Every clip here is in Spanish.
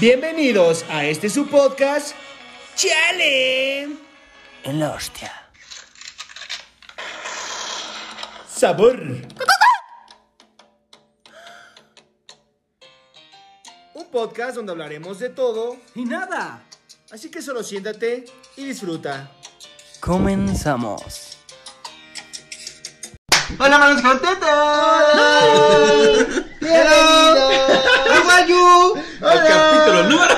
Bienvenidos a este su podcast, Chale. En la hostia. Sabor. Un podcast donde hablaremos de todo, Y nada. así que solo siéntate y disfruta. Comenzamos. ¡Hola, manos contentos! ¡Aguayu! Hola. capítulo número!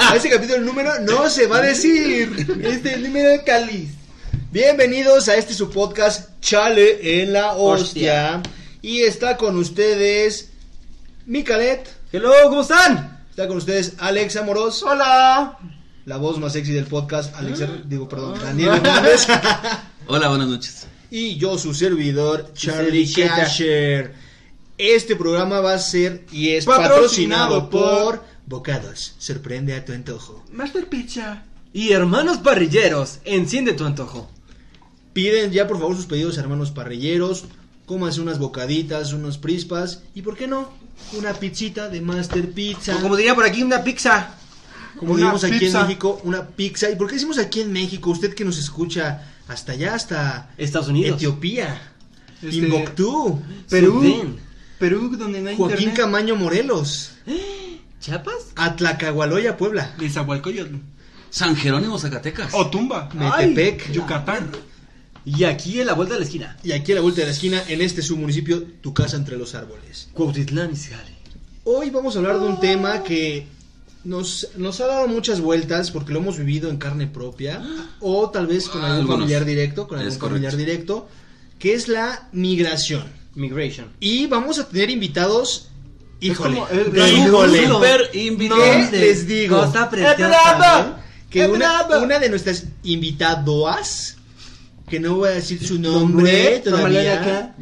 A ese capítulo el número no se va a decir. Este el número de cáliz. Bienvenidos a este su podcast, Chale en la hostia. Hostia. Y está con ustedes Micalet, Hello, ¿cómo están? está con ustedes Alex Amoroso. Hola. Ah. La voz más sexy del podcast, Alex, digo, perdón, Daniel Hernández. Hola, buenas noches. Y yo, su servidor, Charlie servilleta. Casher. Este programa va a ser y es patrocinado, Patrocinado por Bocados. Sorprende a tu antojo. Master Pizza. Y hermanos parrilleros, enciende tu antojo. Piden ya, por favor, sus pedidos, hermanos parrilleros. Cómanse unas bocaditas, unos prispas. Y, ¿por qué no? Una pizzita de Master Pizza. O como diría por aquí, una pizza. Como Una diríamos aquí en pizza. México, una pizza. ¿Y por qué decimos aquí en México? Usted que nos escucha hasta allá, hasta Estados Unidos. Etiopía, Este, Timbuktu, Perú. Sudén. Perú, donde no hay Joaquín internet. Camaño Morelos, ¿Chiapas? Atlacahualoya, Puebla, Nezahualcóyotl. San Jerónimo, Zacatecas. O tumba. Ay, Metepec. Yucatán. Y aquí en la vuelta de la esquina. Y aquí a la vuelta de la esquina, en este su municipio, tu casa entre los árboles. Cuautitlán Izcalli. Hoy vamos a hablar de un tema que nos, nos ha dado muchas vueltas porque lo hemos vivido en carne propia o tal vez con algún Algunos. familiar directo, con algún Es correcto. familiar directo, que es la migración. Migration. Y vamos a tener invitados. Híjole, como el- de- Híjole. Super ¿Qué invitado. No. ¿Dónde? les digo? Cosa preciosa, Ebraba. Que ¿eh? una, Ebraba. una de nuestras invitadoas, que no voy a decir su nombre todavía,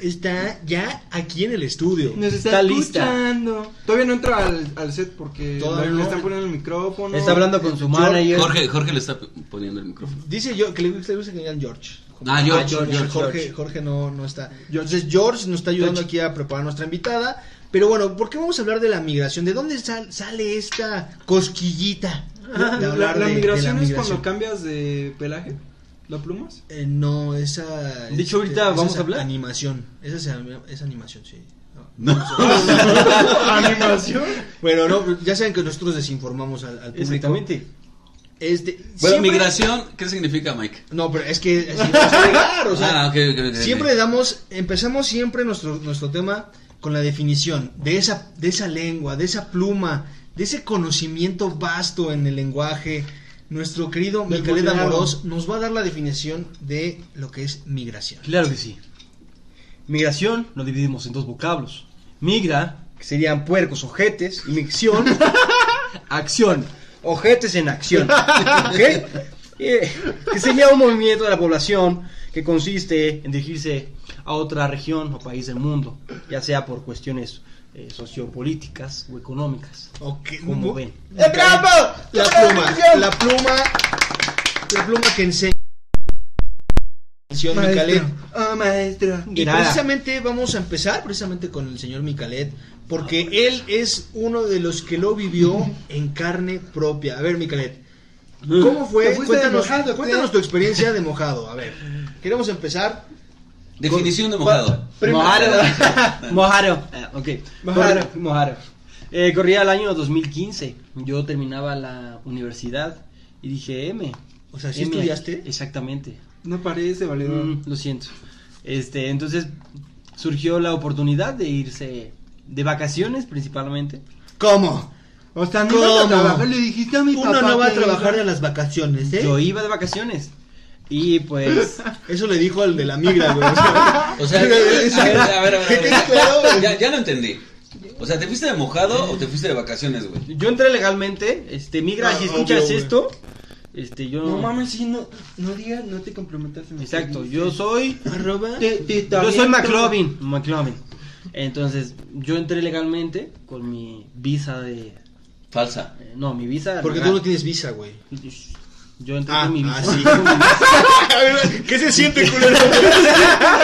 está ya aquí en el estudio. Nos está, Está lista. escuchando. Todavía no entra al, al set porque Todavía le no. están poniendo el micrófono. Está hablando con su manager. Jorge, Jorge le está poniendo el micrófono. Dice yo que le gusta, le gusta que me digan George. Ah, George, Jorge, George, Jorge, George. Jorge no, no está. Entonces George nos está ayudando aquí a preparar nuestra invitada. Pero bueno, ¿por qué vamos a hablar de la migración? ¿De dónde sal- sale esta cosquillita? de La, hablar la de- de migración es migración? cuando cambias de pelaje. ¿Las plumas? Eh, no, esa. De hecho, ahorita esa vamos es a hablar. Animación. Esa es, ani- es animación, sí. ¿Animación? Bueno, no, ya saben que nosotros desinformamos al, al público. Exactamente. Este, Bueno, siempre- migración, ¿qué significa, Mike? No, pero es que. así vamos a llegar, o sea, ah, ok, ok, ok, ok. Siempre damos. Empezamos siempre nuestro, nuestro tema con la definición de esa, de esa lengua, de esa pluma, de ese conocimiento vasto en el lenguaje. Nuestro querido Del Micael vocabulario. Amorós nos va a dar la definición de lo que es migración. Claro que sí. Migración lo dividimos en dos vocablos. Migra, que serían puercos, ojetes, y micción, acción. Ojetes en acción. ¿ok? Eh, que sería un movimiento de la población que consiste en dirigirse a otra región o país del mundo, ya sea por cuestiones eh, sociopolíticas o económicas. Ok, Como bu- ven. ¡Eh, La pluma, la pluma, la pluma que enseña. Señor Micalet. Maestro. Oh, maestro. Y Nada. precisamente vamos a empezar precisamente con el señor Micalet, Ah, porque él es uno de los que lo vivió en carne propia. A ver, Micalet, ¿cómo fue? Te fuiste de Cuéntanos, mojado, ¿qué? cuéntanos tu experiencia de mojado. A ver, queremos empezar. Definición de mojado. Mojaro. Mojaro. Ah, ok. Mojaro. Corre- Mojaro. Eh, corría el año 2015. Yo terminaba la universidad y dije, M. O sea, ¿sí M, estudiaste? Exactamente. No parece, valedor. Mm, lo siento. Este, entonces surgió la oportunidad de irse de vacaciones principalmente. ¿Cómo? O sea, no ¿Cómo? vas a trabajar. Le dijiste a mi Uno papá no va a que- trabajar en las vacaciones, ¿eh? Yo iba de vacaciones. Y pues Eso le dijo al de la migra, güey. O sea, O sea, a ver, a ver, a ver, a que ver. quede claro, güey. Ya, ya lo entendí. O sea, ¿te fuiste de mojado o te fuiste de vacaciones, güey? yo entré legalmente. Este, migra, Ah, si escuchas obvio, güey. esto, este, yo No mames, sí, no, no digas, no te comprometas. en lo que Exacto, dices. yo soy Arroba. Te- te- te Yo soy aviento. McLovin. McLovin. Entonces, yo entré legalmente con mi visa de. Falsa. eh, No, mi visa. Porque tú legal. no tienes visa, güey. Yo entré Ah, con mi ah, visa. sí. ¿Qué se siente, culero?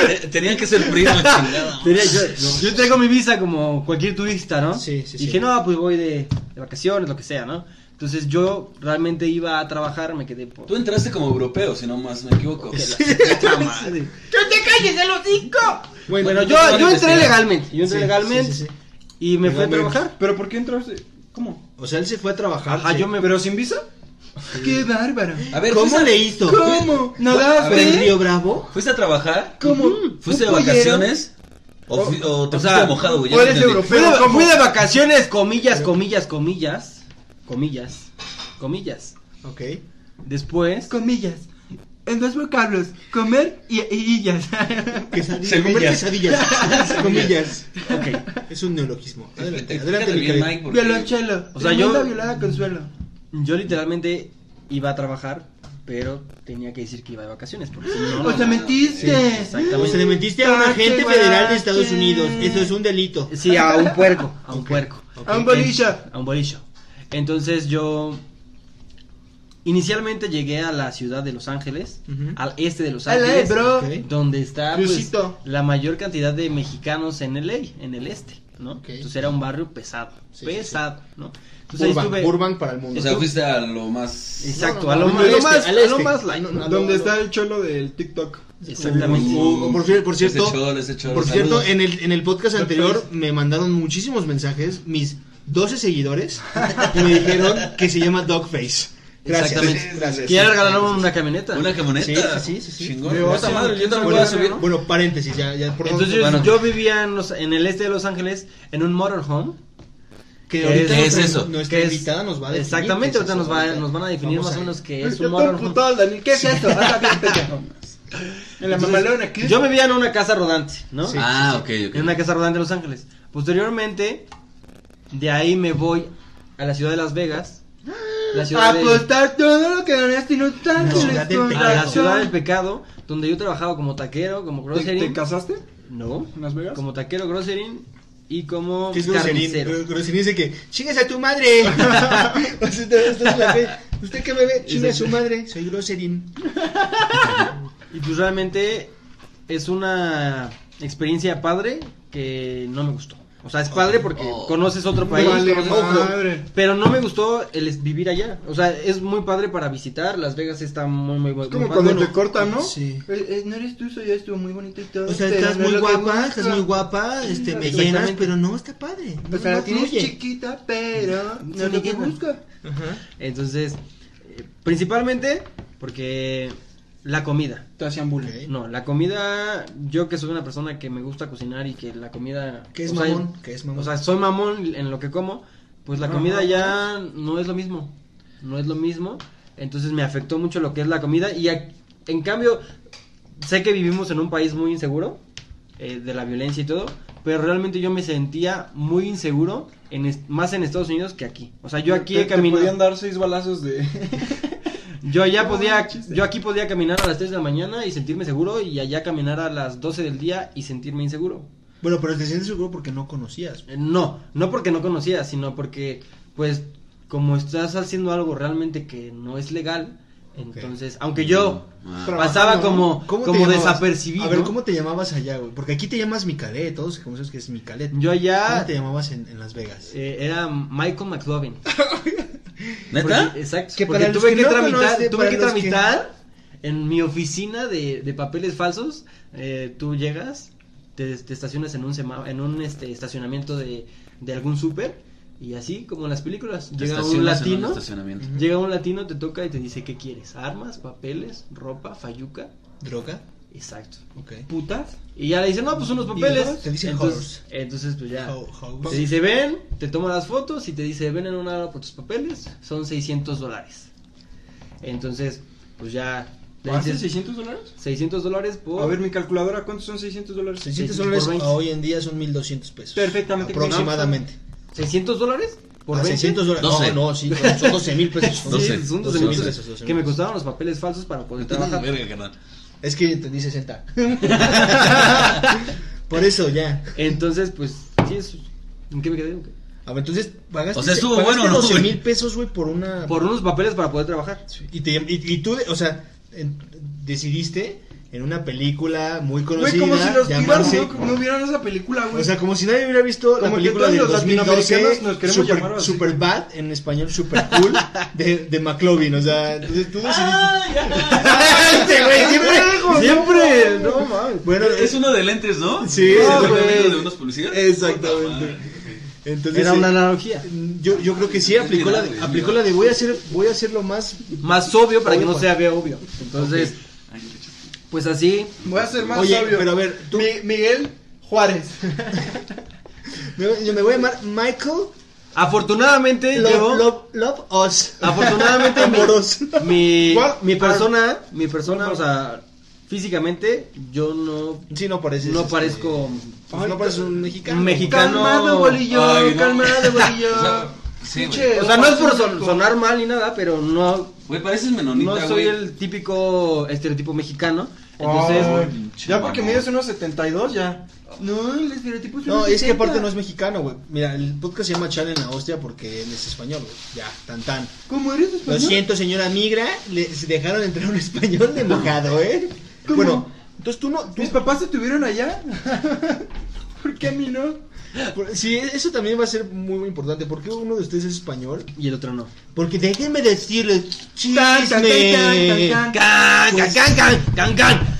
Te- Tenía que ser PRI, la chingada. Tenía- yo, yo entré con mi visa como cualquier turista, ¿no? Sí, sí, Dije, sí. no, pues voy de, de vacaciones, lo que sea, ¿no? Entonces yo realmente iba a trabajar, me quedé por... Tú entraste como europeo, si no más me equivoco. Sí. te calles de los cinco! Bueno, Bueno, yo, tú te yo van a entré investigar. legalmente, yo entré Sí, legalmente sí, sí, sí. y me fui a Legalmente. trabajar. ¿Pero por qué entraste? ¿Cómo? O sea, él se fue a trabajar. Ajá, sí. yo me... ¿Pero sin visa? ¡Qué bárbaro! A ver, ¿Cómo ¿fuiste, le hizo? ¿Cómo? A ¿Fue en ver. ¿Nadaste? Río Bravo? ¿Fuiste a trabajar? ¿Cómo? ¿Fuiste de ¿Un pollero? vacaciones? ¿O, fui- o te o fuiste sea, de mojado, güey? o Ya eres no entendí. europeo. Fui de, Pero, ¿cómo? fui de vacaciones, comillas, comillas, comillas, comillas, comillas. Ok. Después, Comillas. En dos vocablos, comer y, y illas. Quesadillas. Semillas. Comer quesadillas. Comillas. ok, Es un neologismo. Adelante, Explícate adelante, mi bien, querido. Mike, porque- Violonchelo. O sea, yo- Tremenda violada consuelo. yo literalmente iba a trabajar, pero tenía que decir que iba de vacaciones. Porque si no, O sea, mentiste. O sea, le exactamente. mentiste a un Guache, agente federal de Estados guache. Unidos. Eso es un delito. Sí, a un puerco, a un puerco. A un bolillo. A un bolillo. Entonces yo inicialmente llegué a la ciudad de Los Ángeles, Ujú. al este de Los Ale, Ángeles, eh, bro. ok. donde está pues, Crucito. la mayor cantidad de mexicanos en LA, en el este, ¿no? Ok. Entonces era un barrio pesado, Sí, sí, pesado, ¿no? Entonces Pues ahí Burbank, estuve Burbank para el mundo. O sea, fuiste a lo más... No, Exacto, no, a lo no, más al a lo este, más al a lo este. más light. No, no, Donde no, está no. el cholo del TikTok. Exactamente. O- o por cier- por Ese cierto- cholo, ese cholo, Por cierto, saludos. en el, en el podcast Doctor anterior Luis. me mandaron muchísimos mensajes, mis 12 seguidores, y me dijeron que se llama Dogface. Gracias. Exactamente. Gracias. Que ya le este. regalaron una camioneta. Una camioneta. Sí, sí, sí, sí. Chingón. De Esa ocio, madre, yo también bueno, voy a subir. Bueno, paréntesis, ya, ya por Entonces yo, Bueno. yo vivía en, los- en el este de Los Ángeles en un motorhome. que ¿Qué ahorita es nuestra- eso? nuestra que es- invitada nos va a definir Exactamente, qué es ahorita eso, nos, va, ahorita. nos van a definir Vamos más o a- menos qué Yo es un estoy motorhome. emputado, Daniel. ¿Qué es esto? Ah, ¿qué es esto? En la Entonces, mamalona, ¿qué es? Yo vivía en una casa rodante, ¿no? Sí. Ah, ok, ok. En una casa rodante de Los Ángeles. Posteriormente, de ahí me voy a la ciudad de Las Vegas. La ciudad de, Apostar todo lo que ganaste y no tanto. No, ciudad del a la ciudad del pecado, donde yo trabajaba como taquero, como ¿Te, grocery. te casaste No, en Las Vegas? como taquero, grocery y como ¿Qué es groserín? carnicero. Gro- Groserín dice que, chingas a tu madre. O sea, esta- esta es la fe. ¿Usted qué bebé? Chinga a su madre. Soy groserín. Y pues realmente es una experiencia padre que no me gustó. O sea, es padre porque conoces otro país, Vale, conoces otro- madre. pero no me gustó el es- vivir allá. O sea, es muy padre para visitar. Las Vegas está muy muy Es como cuando te cortan, ¿no? Sí. Eh, eh, no eres tú, soy yo, estuvo muy bonito y todo. O sea, pero estás Este, no es muy lo que guapa, busco. estás muy guapa, este, me Exactamente. llenas, pero no, está padre. O sea, No, la no tienes fluye. chiquita, pero no es me lo que llena. busco. Entonces, eh, principalmente porque la comida. Te hacían bullying. No, la comida, yo que soy una persona que me gusta cocinar y que la comida... ¿Qué es o sea, mamón? ¿Qué es mamón? O sea, soy mamón en lo que como, pues la No, comida no, ya no es lo mismo. No es lo mismo. Entonces me afectó mucho lo que es la comida. Y ac- en cambio, sé que vivimos en un país muy inseguro, eh, de la violencia y todo, pero realmente yo me sentía muy inseguro, en es- más en Estados Unidos que aquí. O sea, yo aquí Te- he te podían caminado. dar seis balazos de. Yo allá No podía, manches. yo aquí podía caminar a las 3 de la mañana y sentirme seguro, y allá caminar a las 12 del día y sentirme inseguro. Bueno, pero te sientes seguro porque no conocías. Eh, No, no porque no conocía, sino porque, pues, como estás haciendo algo realmente que no es legal, entonces, aunque yo Ah. pasaba Trabajando, como, ¿Cómo te como llamabas? desapercibido, A ver, ¿cómo te llamabas allá, güey? Porque aquí te llamas Micalet, todos conocemos que es Micalet. ¿Cómo yo allá te llamabas en, en Las Vegas? eh, era Michael McLovin. ¿Neta? Porque- exacto, Que porque para los tuve que que no tramitar, conocen, tuve para que los que- tramitar en mi oficina de, de papeles falsos, eh, tú llegas, te, te estacionas en un sema- en un este, estacionamiento de, de algún súper, y así como en las películas, llega un Estacionas en latino... estacionamiento. Llega un latino, te toca y te dice qué quieres, armas, papeles, ropa, fayuca, ¿Droga? exacto. Ok. putas. Y ya le dice, no, pues unos papeles. ¿Y te dice entonces, entonces, pues ya. How- how- Te dice, ven, te toma las fotos y te dice, ven en una hora por tus papeles, son 600 dólares. Entonces, pues ya. le ¿Haces dices, 600 dólares? 600 dólares por... A ver, mi calculadora, ¿cuántos son 600 dólares? 600 por dólares 20. a hoy en día son 1200 pesos. Perfectamente. Aproximadamente. 600 dólares por a 20. 600 dólares. Doce. No, no, sí, son- son 12 mil pesos. Sí, son Doce. son 12 mil mil pesos, pesos, Ah, doce que mil me pesos. costaban los papeles falsos para poder trabajar. Verga, carnal. Es que entendí 60. Por eso ya. Entonces, pues, sí, es... ¿En qué me quedé? ¿En qué? A ver, entonces pagaste, O sea, estuvo pagaste bueno, ¿no, 12 güey? mil pesos, güey, por una... Por unos papeles para poder trabajar. Y, te- y- y tú, o sea, en- decidiste en una película muy Güey, conocida. como si los llamarse- vieran, no, no vieran esa película, güey. O sea, como si nadie hubiera visto la Como que película todos del los 2012, latinoamericanos nos queremos llamar super, así. Bad, en español Super Cool, de, de McLovin. O sea, entonces tú decidiste. Este güey, siempre- Siempre, no mames. Bueno, Es uno de lentes, ¿no? Sí, ¿Es no, el güey. Eh, amigo de unos policías? Exactamente. Entonces, Era una eh, analogía. yo, yo creo que sí, aplicó la, de, aplicó la de voy a hacer, voy a hacer lo más. Más obvio para que Obvio, no pues. sea vea obvio. Entonces, pues así. Voy a ser más Oye, sabio. pero a ver, tú- Mi- Miguel Juárez. Me, yo me voy a llamar Michael Afortunadamente, yo. Love, Love, Love Us. Afortunadamente, mi- Amoros. mi, ¿Cuál? mi persona, mi persona, o sea, físicamente, yo no, Sí, no pareces. no este, parezco pues, no pareces un mexicano. un mexicano. Calmado, bolillo. Ay, no. Calmado, O sea, bolillo. sí, güey. Pinche- O sea, no es por son- sonar mal ni nada, pero no, Güey, pareces menonita, no güey. soy el típico estereotipo mexicano. Entonces, Ay, ya porque mamón. mides unos 72 ya. No, el estereotipo es No, unos es que 70. aparte no es mexicano, güey. Mira, el podcast se llama Chale en la hostia porque él es español, güey. Ya, tan tan. ¿Cómo eres pues, Lo español? siento, señora migra, les dejaron entrar un español de mojado, ¿eh? ¿Cómo? Bueno, entonces tú no... tú- Mis papás se tuvieron allá. ¿Por qué a mí no? por- sí, eso también va a ser muy, muy importante. ¿Por qué uno de ustedes es español? y el otro no. Porque déjenme decirles, Tan, tan, tan, chisme. tan, tan. Ah, ¡Can, can, can, can, can!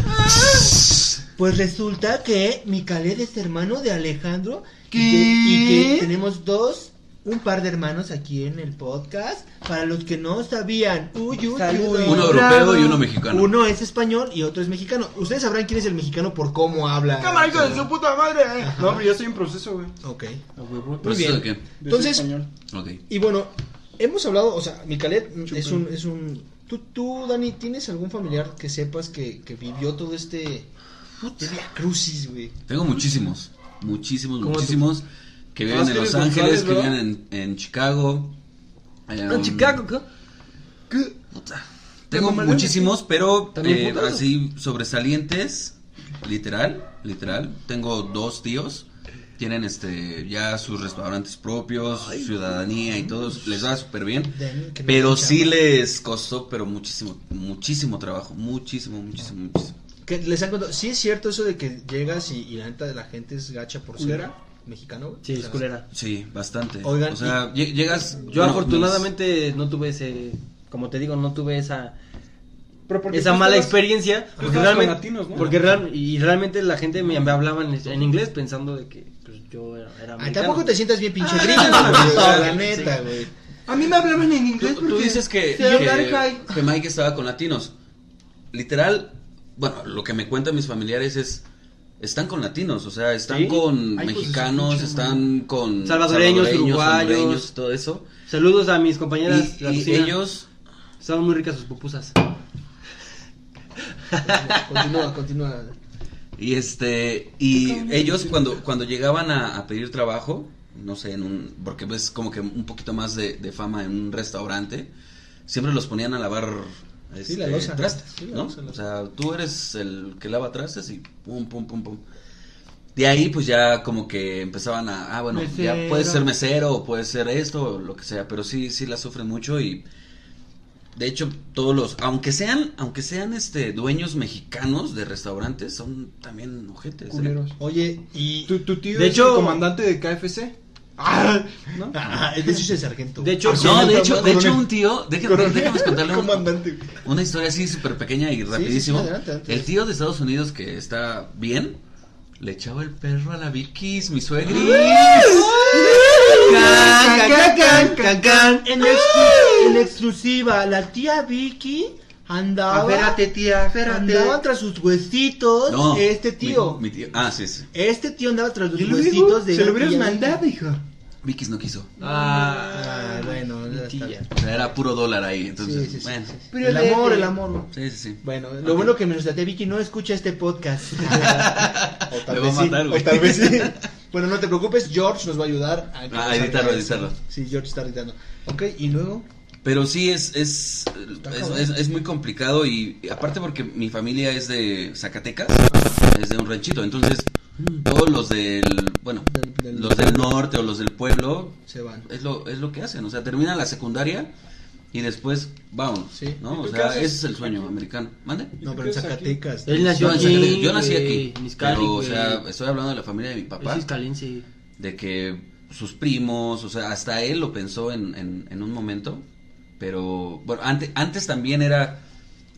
Pues resulta que mi Caled es hermano de Alejandro. ¿Qué? Y que, y que tenemos dos, un par de hermanos aquí en el podcast. Para los que no sabían, uy, uy, Saludos. uy. Uno europeo y uno mexicano. Uno es español y otro es mexicano. Ustedes sabrán quién es el mexicano por cómo habla. Cámara, hijo de su puta madre. eh. Ajá. No, pero yo estoy en proceso, güey. Ok. ¿Pero Muy eso bien. de qué? Yo soy Entonces, español. Ok. y bueno, hemos hablado, o sea, Micalet es un, es un... Tú, tú, Dani, ¿tienes algún familiar que sepas que, que vivió todo este... Puta, Via Crucis, güey. Tengo muchísimos, muchísimos, ¿Cómo muchísimos que viven Más en que Los eres González, Ángeles, que ¿no? viven en, en Chicago. Em, allá En Chicago, ¿qué? Puta. Tengo Mamá, muchísimos, pero También eh, putazos. así sobresalientes, literal, literal. Tengo dos tíos, tienen este ya sus restaurantes propios, ciudadanía y todo, les va súper bien. Dani, que no Pero escucha. sí les costó, pero muchísimo, muchísimo trabajo, muchísimo, muchísimo, muchísimo. Que les han contado, sí es cierto eso de que llegas y, y la neta de la gente es gacha por ser ¿Culera? mexicano. güey? Sí, O es sea, culera. Sí, bastante. Oigan, o sea, lle- llegas. Yo bueno, afortunadamente no tuve ese, como te digo, no tuve esa... Pero porque esa tú mala estabas- experiencia tú porque estabas realmente con latinos, ¿no? porque real- y realmente la gente me, me hablaba en, en inglés pensando de que pues, yo era, era Ay, americano. ah, tampoco te sientas bien pinche Ah, gringo, no, güey, no, o sea, no, la sí. neta, güey. A mí me hablaban en inglés. Tú, tú porque dices sé que, que- hablar high. que Mike estaba con latinos. Literal, bueno, lo que me cuentan mis familiares es. Están con latinos, o sea, están ¿Sí? con Ay, pues, mexicanos, escucha, están con Salvadoreños, uruguayos. hondureños, todo eso. saludos a mis Y, compañeras de la y cocina. ellos, estaban muy ricas sus pupusas Continúa, continúa. y este, y ellos cuando, cuando llegaban a, a pedir trabajo, no sé, en un, porque es como que un poquito más de, de fama en un restaurante, siempre los ponían a lavar Sí, la este, loza. trastes, Sí, la ¿no? loza, la O sea, tú eres el que lava trastes y pum, pum, pum, pum. De ahí, pues ya como que empezaban a, ah, bueno, ya Mesero. puedes ser mesero, o puedes ser esto, o lo que sea, pero sí, sí la sufren mucho y de hecho todos los, aunque sean, aunque sean este dueños mexicanos de restaurantes, son también ojetes. ¿eh? Culeros. Oye, y... Tu, tu tío De es hecho- el comandante de KFC. Ah, ¿no? Ah, de hecho es el sargento. De güey. hecho, No, sí, de hecho, de coronel. hecho un tío, déjame, Coronel. déjame contarle un- Comandante, güey. una historia así súper pequeña y rapidísimo. adelante, adelante. El tío de Estados Unidos que está bien, le echaba el perro a la Vicky's, mi ¡Ah! suegra. Can, can, can, can, can. En, exclu- en exclusiva, la tía Vicky andaba... tía, andaba tras sus huesitos este tío. Mi, mi tío. Ah, sí, sí. Este tío andaba tras los Yo lo digo, huesitos de... se lo una hubieras tía Vicky. mandado, hijo. Vicky's no quiso. Ah, bueno, ya está Tía. bien. O sea, era puro dólar ahí. Entonces, Sí, sí, sí, bueno. sí, sí. Pero El de- amor, de- el amor. Sí, sí, sí. Bueno, lo Ok. bueno que nuestra tía Vicky no escucha este podcast. o Le va a matar, sí, güey. o tal vez sí. Bueno, no te preocupes, George nos va a ayudar a, Ah, editarlo, editarlo. Sí, George está editando. Ok, y luego. Pero sí, es, es, es, cabrón. es- es muy complicado y y aparte porque mi familia es de Zacatecas, es de un ranchito, entonces Mm. todos los del, bueno, Del- del- los del norte o los del pueblo Se van. es lo, es lo que hacen, o sea, terminan la secundaria y después vámonos. Sí. ¿no? ¿Y O tú qué sea, haces? ese es el sueño americano. ¿Mande? No, pero en Zacatecas. Él nació Yo, en aquí. Zacatecas- yo nací aquí. en Izcalli, Pero, o güey. sea, estoy hablando de la familia de mi Es papá. Izcalense. de que sus primos, o sea, hasta él lo pensó en, en, en un momento, pero bueno, antes, antes también era,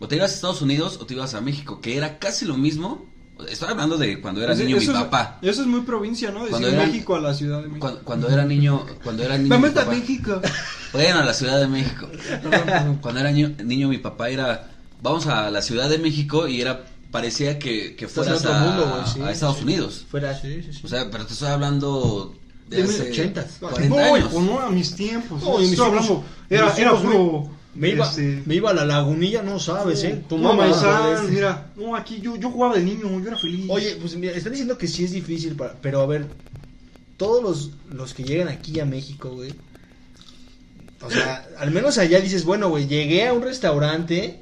o te ibas a Estados Unidos o te ibas a México, que era casi lo mismo, estoy hablando de cuando era Pues Ese- niño mi eso es- papá, Eso es muy provincia, ¿no? Decir Cuando eran- México a la Ciudad de México. cuando, cuando era niño, cuando era niño mi Vamos a papá, México. bueno, a la Ciudad de México, cuando era niño, niño mi papá era, vamos a la Ciudad de México y era, parecía que, que Estás en fueras otro a, mundo, güey, sí, a Estados sí. Unidos, Fuera. Sí, sí, sí. o sea, pero te estoy hablando de De hace 1980s. 40 no, años. hijo, no a mis tiempos. No, No, y mis estoy hijos- hablando. Era, mis era hijos, puro. Me iba, este, me iba a la lagunilla, no sabes, ¿eh? tu Puro mamá maizal, mira. mira. No, aquí yo, yo jugaba de niño, yo era feliz. Oye, pues mira, están diciendo que sí es difícil, para- pero a ver, todos los, los que llegan aquí a México, güey. O sea, al menos allá dices, bueno, güey, llegué a un restaurante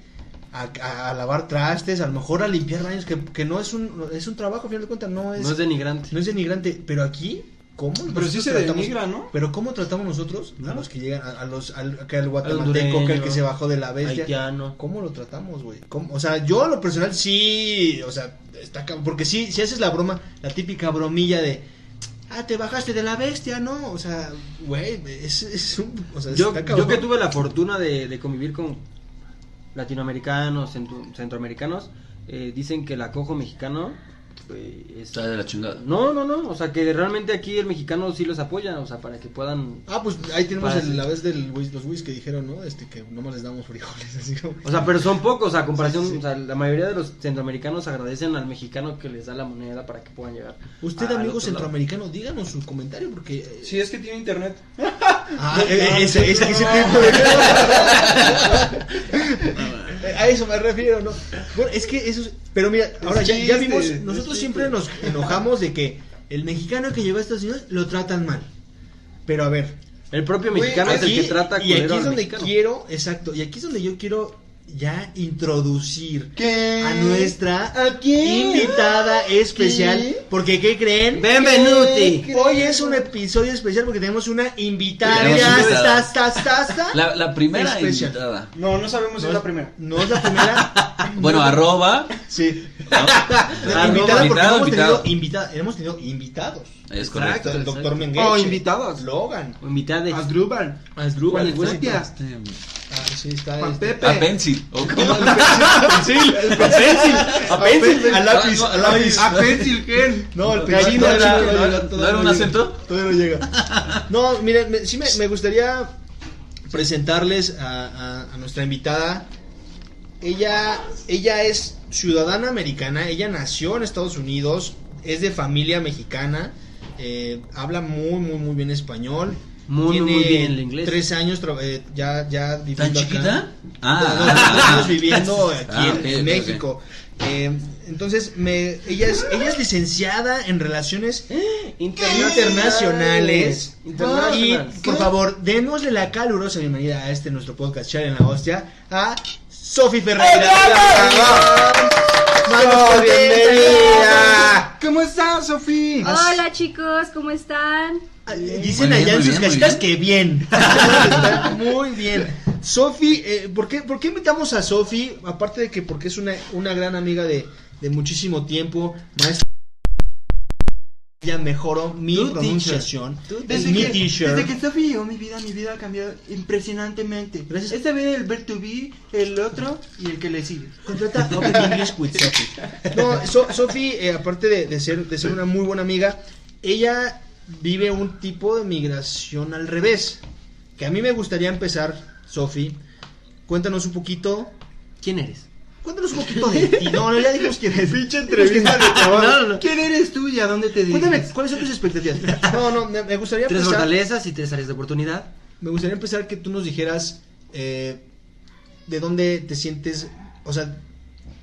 a, a- a lavar trastes, a lo mejor a limpiar baños, que, que no es un, es un trabajo, al final de cuentas, no es, No es denigrante. no es denigrante, pero aquí, ¿cómo? pero sí Nosotros se tratamos- denigra, ¿no? Pero ¿cómo tratamos nosotros a los que llegan, a, a los, al, que al guatemalteco, hondureño, que el que se bajó de la bestia? Haitiano. ¿Cómo lo tratamos, güey? ¿Cómo? O sea, yo a lo personal sí, o sea, está cab- porque sí, si haces la broma, la típica bromilla de, ah, te bajaste de la bestia, ¿no? O sea, güey, es, es un, o sea, Yo, Pues está yo cabrón. que tuve la fortuna de, de convivir con latinoamericanos, centro- centroamericanos, eh, dicen que el acojo mexicano eh, es- Está de la chingada. No, no, no, o sea que realmente aquí el mexicano sí los apoya, o sea, para que puedan... Ah, pues ahí tenemos Para- el- la vez de los whis que dijeron, ¿no? Este, que nomás les damos frijoles, así como... O sea, pero son pocos, a comparación, Sí, sí, sí. o sea, la mayoría de los centroamericanos agradecen al mexicano que les da la moneda para que puedan llegar. Usted, a- Ah, al amigo otro lado. centroamericano, díganos su comentario, porque... eh, Si es que tiene internet. Ah, eh, ese, ese, ese tipo de- A eso me refiero, ¿no? Bueno, es que eso es- Pero mira, ahora ya, chiste, ya vimos, es nosotros chiste. siempre nos enojamos de que el mexicano que llegó a Estados Unidos lo tratan mal. Pero a ver, El propio mexicano es el aquí- que trata y culero aquí al es donde mexicano. quiero, exacto, y aquí es donde yo quiero ya introducir ¿Qué? a nuestra ¿A quién? invitada especial, ¿Qué? porque ¿qué creen? Benvenuti. Hoy es un episodio especial porque tenemos una invitada. Tenemos invitada. Tas, tas, tas, tas. La, la primera Especial. invitada. No, no sabemos si es la primera. No es la primera. Bueno, arroba. Sí. ¿no? La Arroba, invitada porque invitado, hemos, invitado. tenido invita- hemos tenido invitados. Es correcto. El exacto. doctor Mengueche. O invitados. Logan. O invitades. Asdrúbal, Juan Escutia, Ah, sí, está. Juan este. Pepe. A Pencil. ¿o cómo? A Pencil. A lápiz. A lápiz. A Pencil Gen. No, el Gallina, Pencil todavía chicken. todavía ¿No todavía era un llega. acento? Todavía no llega. No, miren, me- sí me, me gustaría presentarles a, a- a nuestra invitada. Ella, ella es ciudadana americana, ella nació en Estados Unidos, es de familia mexicana, eh, habla muy, muy, muy bien español. Muy, muy, muy bien el inglés. Tres años tra- eh, ya, ya viviendo acá. ¿Tan chiquita? No, no, Ah, estamos viviendo aquí Ah, en ok, ok, ok. México. Eh, entonces, me, ella, es, ella es licenciada en relaciones internacionales. Y Internacionales. por favor, démosle la calurosa bienvenida a este nuestro podcast Char en la Hostia a Sofi Ferreira. ¡Manos por bienvenida! ¿Cómo estás, Sofi? Hola chicos, ¿cómo están? Dicen Muy allá bien, en muy sus bien, muy casitas bien. que bien. Están muy bien. Sofi, eh, ¿por, qué, ¿por qué invitamos a Sofi? Aparte de que porque es una, una gran amiga de, de muchísimo tiempo, maestra. Ella mejoró mi Tu pronunciación. Desde mi que, teacher. desde que Sofi llegó mi vida, mi vida ha cambiado impresionantemente. Gracias. Esta vez el B2B, el otro y el que le sigue. Contrata Open English with Sophie. No, So- Sophie, eh, aparte de, de ser, de ser una muy buena amiga, ella vive un tipo de migración al revés. Que a mí me gustaría empezar, Sophie. Cuéntanos un poquito. ¿Quién eres? Cuéntanos un poquito de ti. No, no, ya dijimos quién es. Pinche entrevista de No, no, no. ¿Quién eres tú y a dónde te diriges? Cuéntame, ¿cuáles son tus expectativas? No, no, me, me gustaría Tres empezar. fortalezas y tres áreas de oportunidad. Me gustaría empezar que tú nos dijeras eh, de dónde te sientes, o sea, de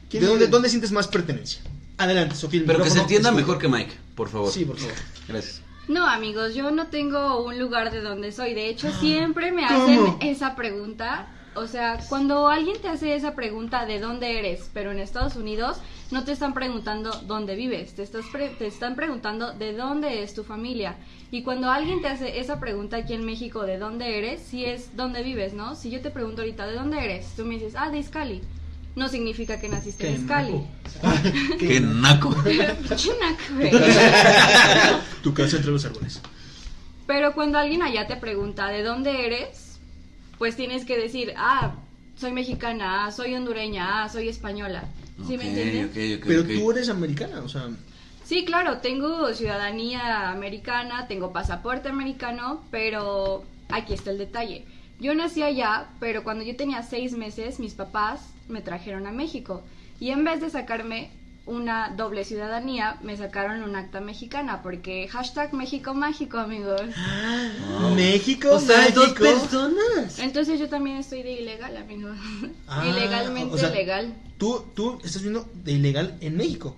¿Quién dónde, eres? dónde sientes más pertenencia. Adelante, Sofía. el Pero que se micrófono entienda es tuyo. mejor que Mike, por favor. Sí, por favor. Gracias. No amigos, yo no tengo un lugar de donde soy. De hecho, siempre me hacen ¿Cómo? esa pregunta O sea, cuando alguien te hace esa pregunta de dónde eres, pero en Estados Unidos no te están preguntando dónde vives, te, estás pre- te están preguntando de dónde es tu familia. Y cuando alguien te hace esa pregunta aquí en México de dónde eres, si es dónde vives, ¿no? Si yo te pregunto ahorita de dónde eres, tú me dices, ah, de Iscali. No significa que naciste en Iscali. Qué naco. Pinche naco, güey. Tu casa entre los árboles. Pero cuando alguien allá te pregunta de dónde eres, pues tienes que decir, ah, soy mexicana, ah, soy hondureña, ah, soy española. ¿Sí me entiendes? ok, ok, Pero ok. tú eres americana, o sea. Sí, claro, tengo ciudadanía americana, tengo pasaporte americano, pero aquí está el detalle. Yo nací allá, pero cuando yo tenía seis meses, mis papás me trajeron a México. Y en vez de sacarme una doble ciudadanía, me sacaron un acta mexicana, porque hashtag México Mágico, amigos. Wow. México, O sea, dos México. personas. Entonces yo también estoy de ilegal, amigos. Ah, Ilegalmente o sea- legal. Tú, tú estás viendo de ilegal en México.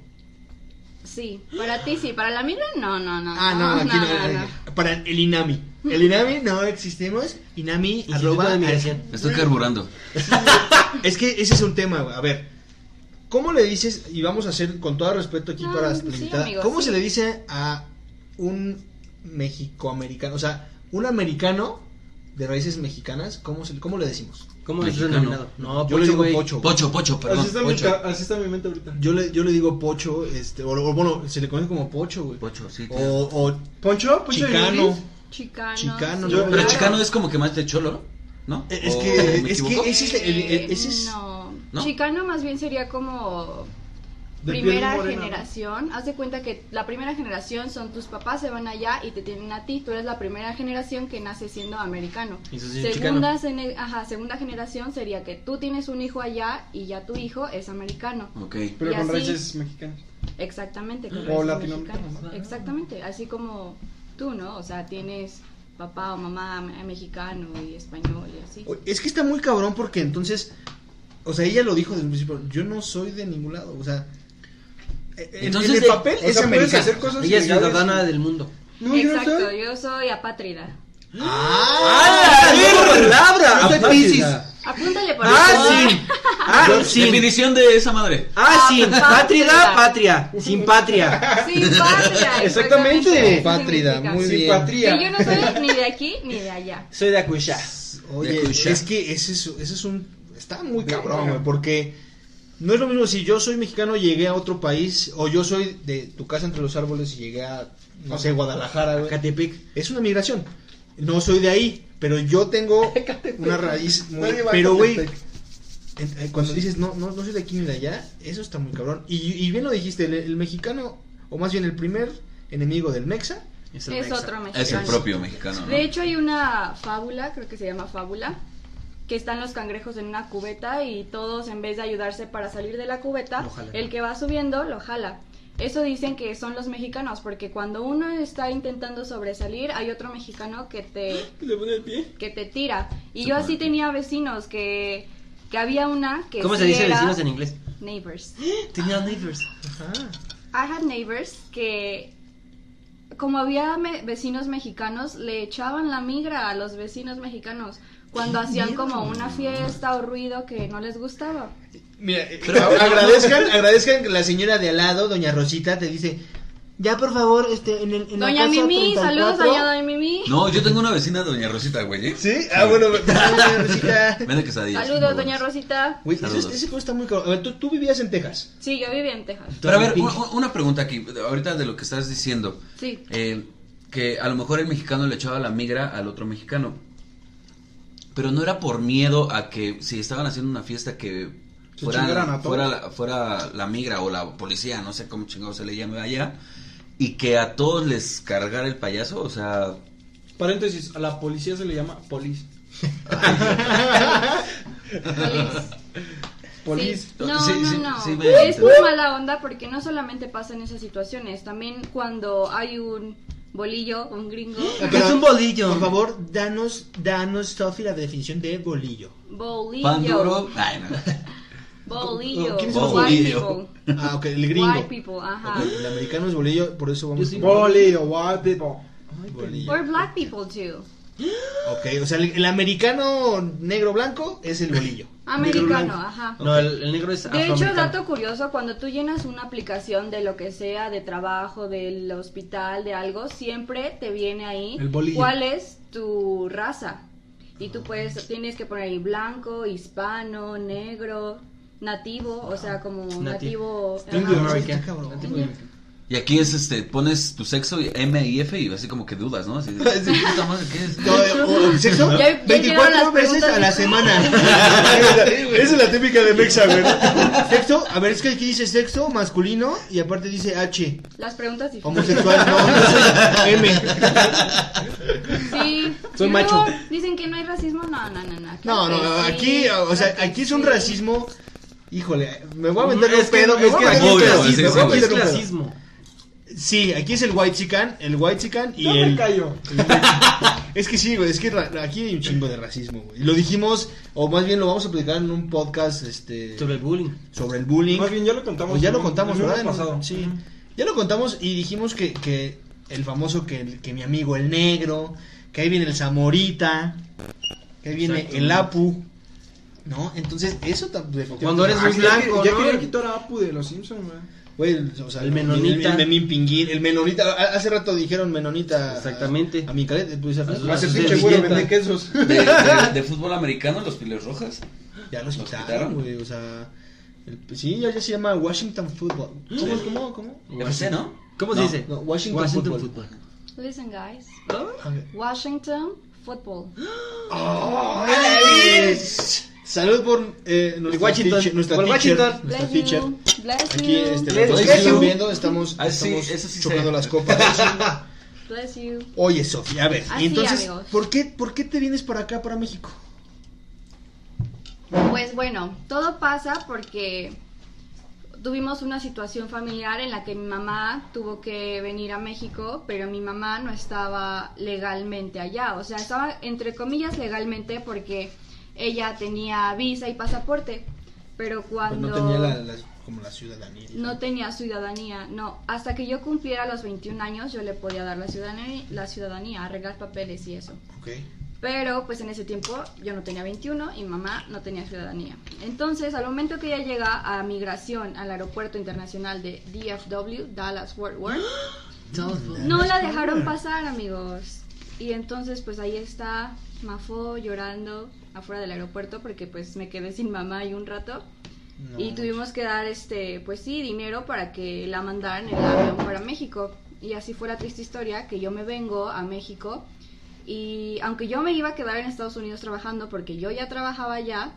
Sí, para ti sí, para la migra no, no, no. Ah, no, aquí no. eh, Para el Inami. El Inami no existimos. Inami Instituto arroba. de Migración. Me estoy carburando. Es que ese es un tema, güey. A ver, ¿cómo le dices, y vamos a hacer con todo respeto aquí No, para la sí, invitada, amigo, ¿cómo sí. se le dice a un mexicoamericano? O sea, un americano de raíces mexicanas, ¿cómo, se- cómo le decimos? ¿Cómo es Mexicano. denominado? No, Yo le digo pocho. güey. Pocho, pocho, Así perdón. está, mi Pocho. ca- así está mi mente ahorita. Yo le, yo le digo pocho, este, o, o bueno, se le conoce como pocho, güey. Pocho, sí. O, tienes- o Poncho, Poncho chicano. Iris. Chicano. Chicano, sí, yo- Pero claro. chicano es como que más de cholo, ¿no? Eh, Es ¿O que, me es equivoco? que ese es el- el- ese es- No. ¿No? Chicano más bien sería como De piel primera morena. generación. Haz de cuenta que la primera generación son tus papás se van allá y te tienen a ti. Tú eres la primera generación que nace siendo americano. Eso sí, Segunda, gene- ajá, segunda generación sería que tú tienes un hijo allá y ya tu hijo es americano. Ok. Pero Y con así- raíces mexicanas. Exactamente. con O raíces latinoamericanos, mexicanas. ¿no? Exactamente. Así como tú, ¿no? O sea, tienes papá o mamá me- mexicano y español y así. O- Es que está muy cabrón porque entonces, o sea, ella lo dijo desde el principio, yo no soy de ningún lado, o sea, en- Entonces, en el eh, papel O es sea, puedes americano. hacer cosas Ella es ilegales. ciudadana del mundo. No, yo no Exacto, soy. yo soy apátrida. ¡Ah! Yo palabra! soy Apátrida. Piscis. Ah, Apúntale por favor. ¡Ah, sí! ¡Ah, sí! Definición de esa madre. ¡Ah, sí! Apátrida. Pátrida, patria. Sin patria. Sí, pátria, Exactamente. exactamente. Pátrida, Significa. muy Sin bien. patria. Que yo no soy ni de aquí ni de allá. Soy de Acuishá. Oye, De Cuchá. es que ese es, ese es un... Está muy cabrón, güey, porque no es lo mismo si yo soy mexicano, llegué a otro país, o yo soy de tu casa entre los árboles y llegué a, no sé, Guadalajara, güey. Catepec. Es una migración. No soy de ahí, pero yo tengo una raíz muy... Nadie va a Pero, güey, Catepec. en- eh, cuando dices, no, no, no soy de aquí ni de allá, eso está muy cabrón. Y, y bien lo dijiste, el, el mexicano, o más bien el primer enemigo del Mexa, Es, Es otro mexicano. Es el propio mexicano. De ¿no? hecho, hay una fábula, creo que se llama fábula, que están los cangrejos en una cubeta y todos, en vez de ayudarse para salir de la cubeta, Lo jalan. el que va subiendo lo jala. Eso dicen que son los mexicanos, porque cuando uno está intentando sobresalir, hay otro mexicano que te, Le pone el pie. que te tira. Y Se yo pone así el pie. tenía vecinos que, que había una que. ¿Cómo se sí dice era vecinos en inglés? Neighbors. Tenía neighbors. I had neighbors que, como había me- vecinos mexicanos, le echaban la migra a los vecinos mexicanos cuando hacían como una fiesta o ruido que no les gustaba. Mira, eh, a- agradezcan, agradezcan que la señora de al lado, doña Rosita, te dice, ya por favor, este, en el... En la Doña casa Mimi, 34". saludos allá, Doña Mimi. No, yo tengo una vecina, doña Rosita, güey. ¿eh? Sí, ah, bueno, doña Rosita. Vende quesadillas. muy saludos, buenas. Doña Rosita. Güey, ese- Saludos. ese juego está muy cabrón. A ver, tú, tú vivías en Texas. Sí, yo vivía en Texas. Pero a ver, un- un- una pregunta aquí, ahorita de lo que estás diciendo. Sí. eh, que a lo mejor el mexicano le echaba la migra al otro mexicano. Pero no era por miedo a que si estaban haciendo una fiesta que Se chingaran a fuera, todos. fuera, la, fuera la migra o la policía, no sé cómo chingado se le llame allá, y que a todos les cargara el payaso, o sea... Paréntesis, a la policía se le llama polis. Feliz. Polis. Sí. No, Sí, no, sí, no. sí me- es muy mala onda porque no solamente pasa en esas situaciones, también cuando hay un bolillo, un gringo, Pero, es un bolillo. Por favor, danos, danos, Sofi, la definición de bolillo. bolillo, Pan duro... Ay, no. bolillo, ¿Quiénes son los white bolillo? people. Ah, ok, el gringo. White people, ajá. Ok, el americano es bolillo, por eso vamos Poli o white people. bolillo. Or black people too. Ok, o sea, el, el americano negro-blanco es el bolillo. Americano, ajá. No, el, el negro es Ah. De hecho, afroamericano. dato curioso, cuando tú llenas una aplicación de lo que sea, de trabajo, del hospital, de algo, siempre te viene ahí El bolillo. cuál es tu raza. Y tú puedes, tienes que poner ahí blanco, hispano, negro, nativo, o sea, como nativo. ajá. Indio American. American. Cabrón. Nativo American. Y aquí es este, pones tu sexo y M y F y así como que dudas, ¿no? Así, puta madre, ¿qué es? O- o- ¿Sexo? Ya- ya llegaron 24 las veces a la preguntas. semana. Esa es la típica de Mexa, güey. Sexo, a ver, es que aquí dice sexo masculino y aparte dice H. Las preguntas difíciles. Homosexual, no, M. Sí. Soy Y macho. luego Dicen que no hay racismo, no, no, no, no. No, Claro no, que aquí, sí, o sea, claro que aquí es un sí. racismo. Híjole, me voy a meter un Es que- pedo, me es voy que a meter un aquí es clasismo, clasismo, me voy a Es meter un pedo. clasismo. Sí, aquí es el white chican, el white chican y Ya me el... callo. Es que sí, güey, es que ra- aquí hay un chingo de racismo, güey. Lo dijimos, o más bien lo vamos a platicar en un podcast, este... Sobre el bullying. sobre el bullying. Más bien, Pues ya lo contamos. O ya lo ¿no? contamos, El ¿verdad? lunes pasado. Sí. Ya lo contamos y dijimos que, que el famoso, que, el- que mi amigo el negro, que ahí viene el Zamorita, que ahí viene el Apu, ¿no? Entonces, eso también... Cuando eres Ah, muy sí, ya blanco, que- Ya ¿no? quería quitar a Apu de los Simpsons, güey. Güey, o sea, El menonita. El, Memín Pinguín, el menonita. a- Hace rato dijeron menonita. Exactamente. A, a mi cadet, pues, a- sus- a- a sus pinche de güero billeta. vende quesos. De, de- de fútbol americano, los piles rojas. Ya los Los quitaron, quitaron. güey, o sea. el- sí, ya, ya se llama Washington Football. ¿Cómo, cómo, cómo? FC, ¿no? ¿Cómo se No, dice? no, Washington Football. Listen, guys. A ver. Washington Football. ¡Ay! Salud por eh, nuestra Washington. teacher. Nuestra Por teacher, Washington. nuestra Bless teacher. you. Bless Aquí, you. este, Bless los que you. están viendo, estamos, Ah, sí, estamos eso sí chocando sé. las copas. Bless you. Oye, Sofía, a ver, y Así, entonces, amigos. ¿por qué, ¿por qué te vienes para acá, para México? Pues bueno, todo pasa porque tuvimos una situación familiar en la que mi mamá tuvo que venir a México, pero mi mamá no estaba legalmente allá. O sea, estaba entre comillas legalmente porque ella tenía visa y pasaporte, pero Pues cuando no tenía la, la- como la ciudadanía. no tenía ciudadanía, no. Hasta que yo cumpliera los 21 años yo le podía dar la ciudadanía, la ciudadanía, arreglar papeles y eso. Ok. Pero pues en ese tiempo yo no tenía 21 y mamá no tenía ciudadanía. Entonces al momento que ella llega a migración al aeropuerto internacional de DFW, Dallas Fort Worth, no la dejaron pasar amigos. Y entonces pues ahí está Mafo llorando afuera del aeropuerto porque pues me quedé sin mamá ahí un rato. No. Y tuvimos que dar, este, pues sí, dinero para que la mandaran en el avión para México. Y así fue la triste historia que yo me vengo a México y aunque yo me iba a quedar en Estados Unidos trabajando porque yo ya trabajaba allá,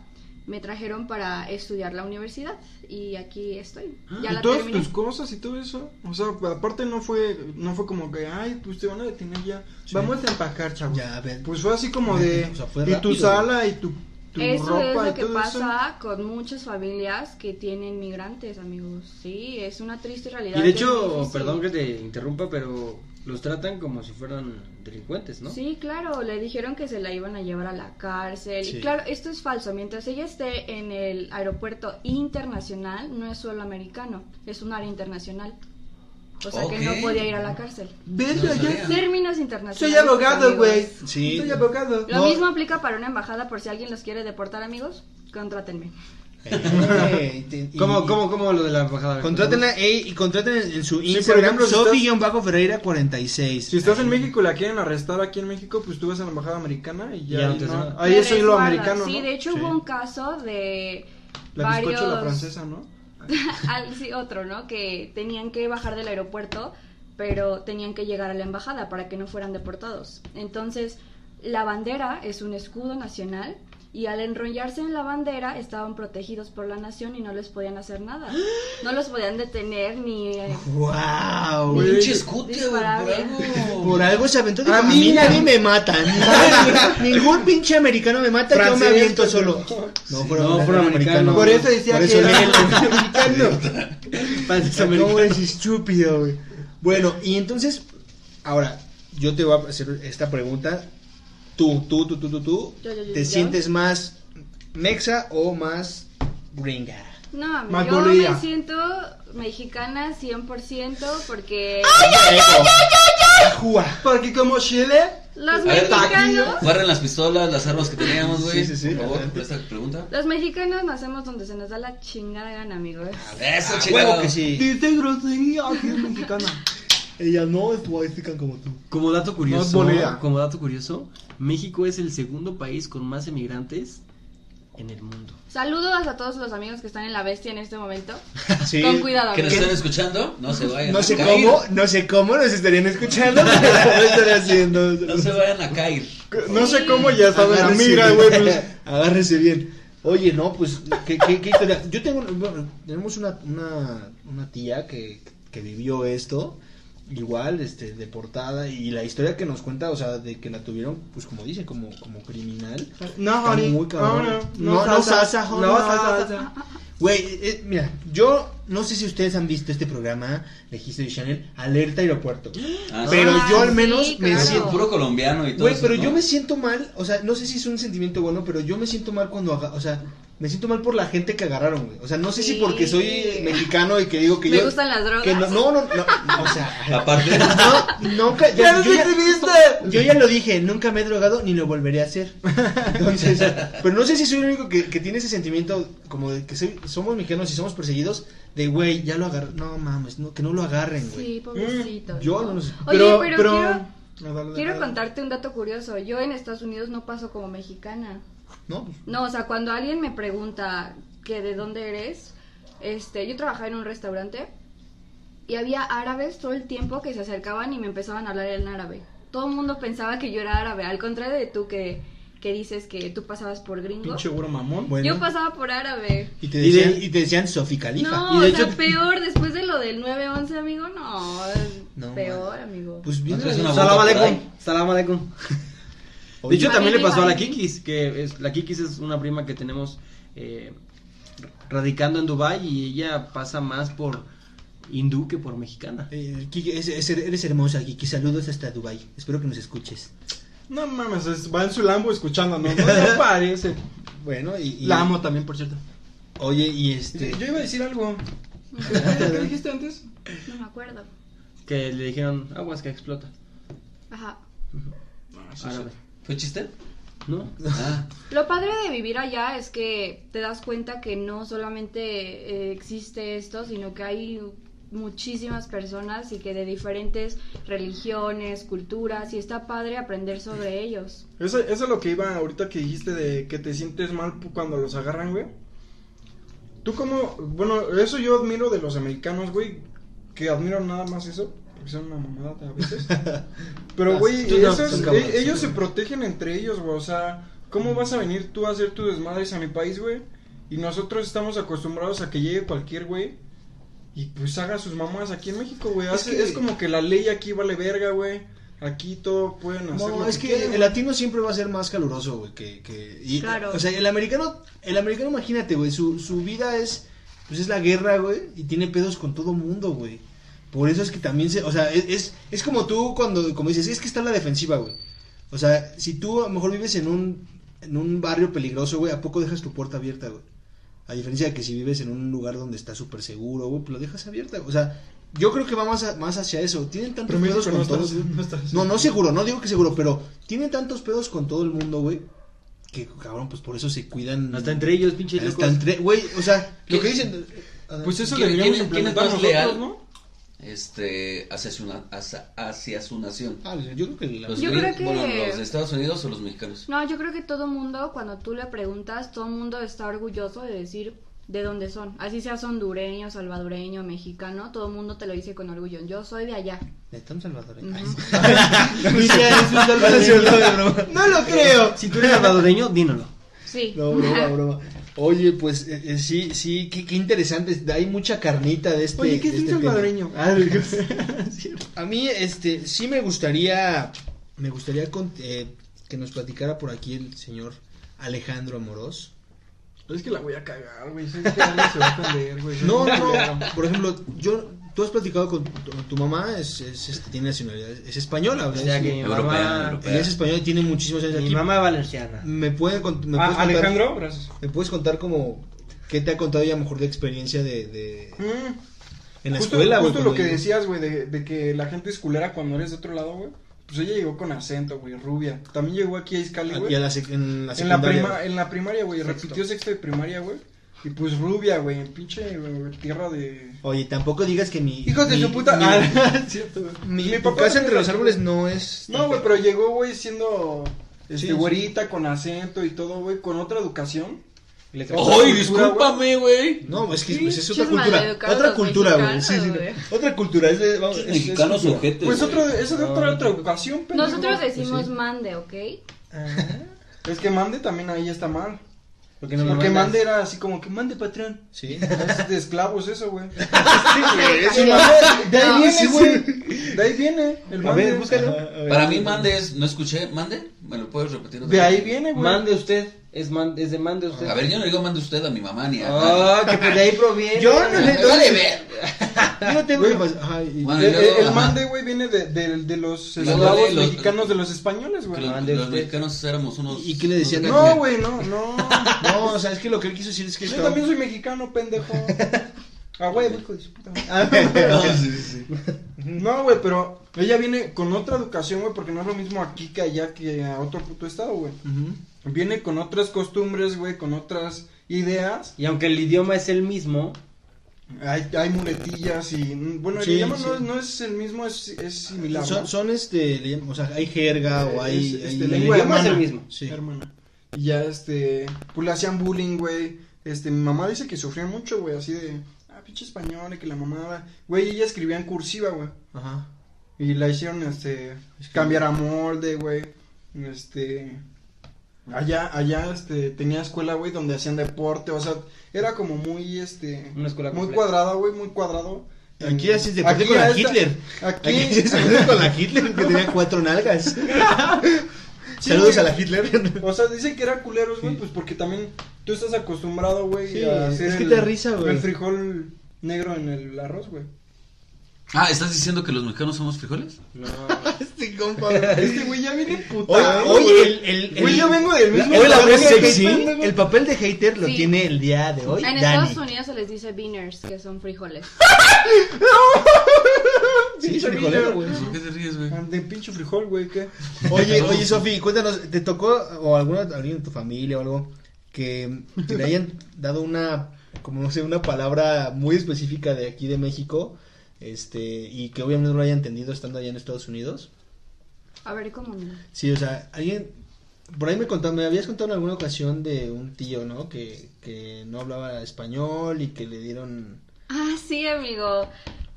me trajeron para estudiar la universidad y aquí estoy. Ya Ah, y la todas terminé. tus cosas y todo eso. O sea, aparte no fue, no fue como que, ay, pues te van a detener ya. Vamos a empacar, chavos. Ya, a ver. Pues fue así como de, O sea, fue y tu rápido. sala y tu, tu Eso es ropa lo y que todo eso. pasa con muchas familias que tienen migrantes, amigos. Sí, es una triste realidad. Y de es muy hecho, difícil. perdón que te interrumpa, pero los tratan como si fueran delincuentes, ¿no? Sí, claro, le dijeron que se la iban a llevar a la cárcel. Sí. Y claro, esto es falso. Mientras ella esté en el aeropuerto internacional, no es solo americano, es un área internacional. O sea que Ok. no podía ir a la cárcel. Verga, ya. No sabía. Términos Soy internacionales. abogado, amigos. güey. Sí. Soy abogado. Lo No. mismo aplica para una embajada por si alguien los quiere deportar, amigos. Contrátenme. Eh, y te- y- ¿Cómo, y- cómo, cómo lo de la embajada? Contrátenla ey, y contraten en, en su Sí, por Instagram ejemplo, si estás- Sofi-Ferreira46. Si estás en México y la quieren arrestar aquí en México, pues tú vas a la embajada americana y ya. Ya no ahí te no- hacen nada. ahí Me es lo resguardan. americano, Sí, ¿no? de hecho Sí. hubo un caso de La varios... bizcocho, la francesa, ¿no? Al- sí, otro, ¿no? Que tenían que bajar del aeropuerto, pero tenían que llegar a la embajada para que no fueran deportados. Entonces, la bandera es un escudo nacional y al enrollarse en la bandera estaban protegidos por la nación y no les podían hacer nada. No los podían detener ni... eh, ¡Wow! Un pinche escute, güey, por Disparable. algo. Por algo se aventó. dijo, A a mí mí, nadie nadie- me mata. nadie- Ningún pinche americano me mata. yo Francés, me aviento pero- solo. pues, No, fueron no, fueron americanos. Por Por eso eso decía que que era No eres estúpido, güey. Bueno, y entonces, ahora, yo te voy a hacer esta pregunta. Tú, tú, tú, tú, tú, tú, Yo, yo, yo, ¿te yo. sientes más mexa o más gringa? No, amigo, Más yo bolilla. me siento mexicana 100% porque... ¡Ay, ay, ay, ay, Porque como Chile, Los A ver, mexicanos. Barren las pistolas, las armas que teníamos, güey. Sí, sí, sí. Por favor, por esta pregunta. Los mexicanos nacemos donde se nos da la chingada gana, amigos. Eso, A chingado. Ah, huevo que sí. Dice grosería que es mexicana. Ella no es guaystican como tú. Como dato curioso, volea. como dato curioso, México es el segundo país con más emigrantes en el mundo. Saludos a todos los amigos que están en la bestia en este momento. Sí. Con cuidado, Que nos amigos. están escuchando, no se vayan No a sé caer. cómo, no sé cómo nos estarían escuchando, pero lo estaré haciendo. No se vayan a caer. No sé cómo ya saben la Agárrese migra, bien. güey. pues. Agárrese bien. Oye, no, pues, ¿qué, qué- qué historia? Yo tengo, bueno, tenemos una, una, una tía que, que vivió esto, igual, este, deportada, y la historia que nos cuenta, o sea, de que la tuvieron, pues, como dice, como, como criminal. No, Está Jori. muy cabrón. No, no, No, no, salsa. salsa, No, Jori, no, salsa. Güey, eh, eh, mira, yo no sé si ustedes han visto este programa de History Channel, Alerta Aeropuerto, Ah, pero Ah, yo al sí, menos me claro. Es siento... puro colombiano y todo. Güey, eso, pero ¿no? yo me siento mal, o sea, no sé si es un sentimiento bueno, pero yo me siento mal cuando, haga- o sea, me siento mal por la gente que agarraron, güey. O sea, no sé si Sí. porque soy mexicano y que digo que Me yo... gustan las drogas. que no, no, no, no, o sea, Aparte, no, nunca, ¡Ya ya, nos yo, ya, escribiste! yo ya lo dije, nunca me he drogado ni lo volveré a hacer. Entonces, pero no sé si soy el único que, que tiene ese sentimiento como de que soy- somos mexicanos y somos perseguidos de, güey, ya lo agarraron, no mames, no, que no lo agarren, güey. Mm, Sí, pobrecito. Yo no lo sé. Oye, pero, quiero, No, dale, quiero dale. contarte un dato curioso. Yo en Estados Unidos no paso como mexicana. No, pues, No, o sea, cuando alguien me pregunta que de dónde eres, este, yo trabajaba en un restaurante y había árabes todo el tiempo que se acercaban y me empezaban a hablar en árabe. Todo el mundo pensaba que yo era árabe, al contrario de tú que, que dices que tú pasabas por gringo. Pinche güero mamón. bueno. Yo pasaba por árabe. Y te Y de- decían, y te decían Sofi Califa. No, Y de o sea, hecho- peor, después de lo del 9-11, amigo, no, es No, peor, amigo. Pues ¿No bien, traes una Salam por aleikum. ahí? Salam aleikum. De Oye. hecho, también le Familia, pasó a la familia. Kikis, que es, la Kikis es una prima que tenemos eh, radicando en Dubai y ella pasa más por hindú que por mexicana. Eh, Kiki, es- es- eres hermosa, Kiki. Saludos hasta Dubai. Espero que nos escuches. No mames, es- va en su Lambo escuchándonos. No, No parece. Bueno, y, y- La amo también, por cierto. Oye, y este. Yo iba a decir algo. ¿Qué dijiste antes? No me acuerdo. Que le dijeron aguas que explota. Ajá. Árabe. ¿fue chiste? ¿No? Ah, Lo padre de vivir allá es que te das cuenta que no solamente eh, existe esto, sino que hay muchísimas personas y que de diferentes religiones, culturas, y está padre aprender sobre ellos. Eso, eso es lo que iba ahorita que dijiste de que te sientes mal pu- cuando los agarran, güey. Tú como, bueno, eso yo admiro de los americanos, güey, que admiro nada más eso, porque son una mamada a veces. Pero, güey, Tú no, esos- son cabrones, e- ellos sí, se protegen entre ellos, güey, o sea, ¿cómo vas a venir tú a hacer tus desmadres a mi país, güey? Y nosotros estamos acostumbrados a que llegue cualquier güey y pues haga sus mamás aquí en México, güey. Hace- Es, que- como que la ley aquí vale verga, güey. Aquí todo pueden hacer. No, lo es que quieran, el latino siempre va a ser más caluroso, güey. Que, que, y- Claro. O sea, el americano, el americano, imagínate, güey. Su, su vida es. Pues es la guerra, güey. Y tiene pedos con todo mundo, güey. Por eso es que también se. O sea, es, es, es como tú cuando. Como dices, es que está en la defensiva, güey. O sea, si tú a lo mejor vives en un, en un barrio peligroso, güey, ¿a poco dejas tu puerta abierta, güey? A diferencia de que si vives en un lugar donde está súper seguro, güey, pues lo dejas abierta. güey. O sea, yo creo que va más, a- más hacia eso. Tienen tantos Pero pedos México con no todos, está- güey. no está- No, no seguro, no digo que seguro, pero tienen tantos pedos con todo el mundo, güey, que cabrón, pues por eso se cuidan. Hasta entre ellos, pinche Hasta locos. entre- güey, o sea, lo ¿Qué? que dicen. ah, Pues eso ¿Quién- deberíamos quién- quién es implementar más nosotros, leal? ¿no? este, hacia su, na- hacia, hacia su nación. Ah, yo creo que la- Los, Yo gringos- creo que- bueno, los de Estados Unidos o los mexicanos. No, yo creo que todo mundo, cuando tú le preguntas, todo mundo está orgulloso de decir de dónde son. Así seas hondureño, salvadoreño, mexicano, todo mundo te lo dice con orgullo. Yo soy de allá. de tan salvadoreño. Ujú. No lo creo. Si tú eres salvadoreño, dínoslo. Sí. No, broma, broma. Oye, pues eh, eh, sí, sí, qué, qué interesante. Hay mucha carnita de este. Oye, ¿qué de es un este tema. salvadoreño? Ah, de- A mí, este, sí me gustaría, me gustaría con- eh, que nos platicara por aquí el señor Alejandro Amorós. Es que la voy a cagar, güey. Es que alguien se va a ofender, güey. No, no, no. Por ejemplo, yo, tú has platicado con tu, tu mamá, es, es, este, tiene nacionalidad, es española, O ¿verdad? sea que mi Europea, mamá, europea. Ella es española y tiene muchísimos años mi aquí. mamá es valenciana. ¿Me, puede, cont- me Ah, puedes contar- Alejandro, gracias. ¿Me puedes contar como qué te ha contado ella a lo mejor de experiencia de, Hmm. de- Mm, en la justo, escuela? güey, Justo lo cuando- que decías, güey, de, de que la gente es culera cuando eres de otro lado, güey. Pues ella llegó con acento, güey, rubia. También llegó aquí a Iscali, güey. Y a la sec- en la en, la secundaria, prima- güey. en la primaria, güey. Sexto. Repitió sexto de primaria, güey. Y pues rubia, güey. En pinche güey, tierra de. Oye, tampoco digas que mi... Hijos de mi- su puta. mi- Ah, es cierto, güey. Mi, Mi tu papá casa no entre tiene- los árboles no es... No, güey, pero llegó, güey, siendo. Este, Sí, sí. güerita, con acento y todo, güey. Con otra educación. Le tra- ¡Ay, cultura, discúlpame, güey! No, es que pues, es otra Pinches cultura. maleducados Otra los cultura, güey. mexicanos, Sí, sí, güey. Otra cultura. Es de, vamos, es- es Mexicanos cultura. ojetes. Pues güey. otro, esa es otra, otra educación, pero. Nosotros decimos mande, ¿ok? Es que mande también ahí está mal. ¿Por qué no me Porque mandas? mande era así como que mande patrón. Sí. Es de esclavos eso, güey. Eso De no- ahí- de ahí Ah, sí, sí. viene, güey. De ahí viene. El A ver, mande. búscalo. Ajá, a ver. Para mí, mande es. ¿No escuché? ¿Mande? ¿Me lo puedes repetir? otra De ahí vez? viene, güey. Mande usted. Es, man- es de mande usted. A ver, yo no le digo mande usted a mi mamá ni a. Ah, que pues de ahí proviene. Yo no Me le vale ver. Yo no tengo pues, Güey. hijos. Ajá, y- Bueno, El, y el- luego, el ajá, mande, güey, viene de, de, de los Los- esclavos los- mexicanos de los españoles, que güey. los, mande los usted. mexicanos éramos unos. ¿Y qué le decían a No, güey, no, no. No, o sea, es que lo que él quiso decir es que Yo estaba- también soy mexicano, pendejo. Ah, güey, hijo de su puta madre. Ah. No, sí, sí, sí. No, güey, pero ella viene con otra educación, güey, porque no es lo mismo aquí que allá que a otro puto estado, güey. Viene con otras costumbres, güey, con otras ideas. Y aunque el idioma es el mismo, Hay, hay muletillas y. mm, Bueno, Sí, el idioma no, sí. no es el mismo, es, es similar. Son, ¿no? son este, le llam- o sea, hay jerga o hay... Es, hay- este, hay- lengua idioma es Ah, el hermana, mismo. Sí. hermana. Y ya, este, pues le hacían bullying, güey. Este, mi mamá dice que sufría mucho, güá, así de, ah, pinche español, y que la mamada. Güey, ella escribía en cursiva, güey. Ajá. Y la hicieron, este, cambiar a molde, güey. Este, allá, allá, este, tenía escuela, güey, donde hacían deporte, o sea, era como muy, este, una escuela muy completa. cuadrada, güey, muy cuadrado. Aquí En- así se pone aquí con a la esta- Hitler. Aquí, Aquí se pone con la Hitler que tenía cuatro nalgas. Sí, Saludos güey. a la Hitler. O sea, dicen que eran culeros, güey, pues porque también tú estás acostumbrado, güey, Sí, a hacer es que el- te da risa, güey. El frijol negro en el arroz, güey. Ah, ¿estás diciendo que los mexicanos somos frijoles? Este compa. Este güey ya viene Hoy, putado. hoy güey. el, el, el- Güey, yo vengo del mismo hoy la lugar, voz güey, qué sexy, pendejo. el papel de hater lo Sí. tiene el día de hoy En Dani. Estados Unidos se les dice beaners, que son frijoles. Sí, son frijoleros, güey. ¿Por qué te ríes, güey? Ah, De pinche frijol, güey, ¿qué? Oye, oye, Sofi, cuéntanos, ¿te tocó o alguna, alguien de tu familia o algo que, que le hayan dado una, como no sé, una palabra muy específica de aquí de México, este, y que obviamente no lo haya entendido estando allá en Estados Unidos? A ver, ¿cómo no? Sí, o sea, alguien, por ahí me contaste, me habías contado en alguna ocasión de un tío, ¿no? Que, que no hablaba español y que le dieron... Ah, sí, amigo.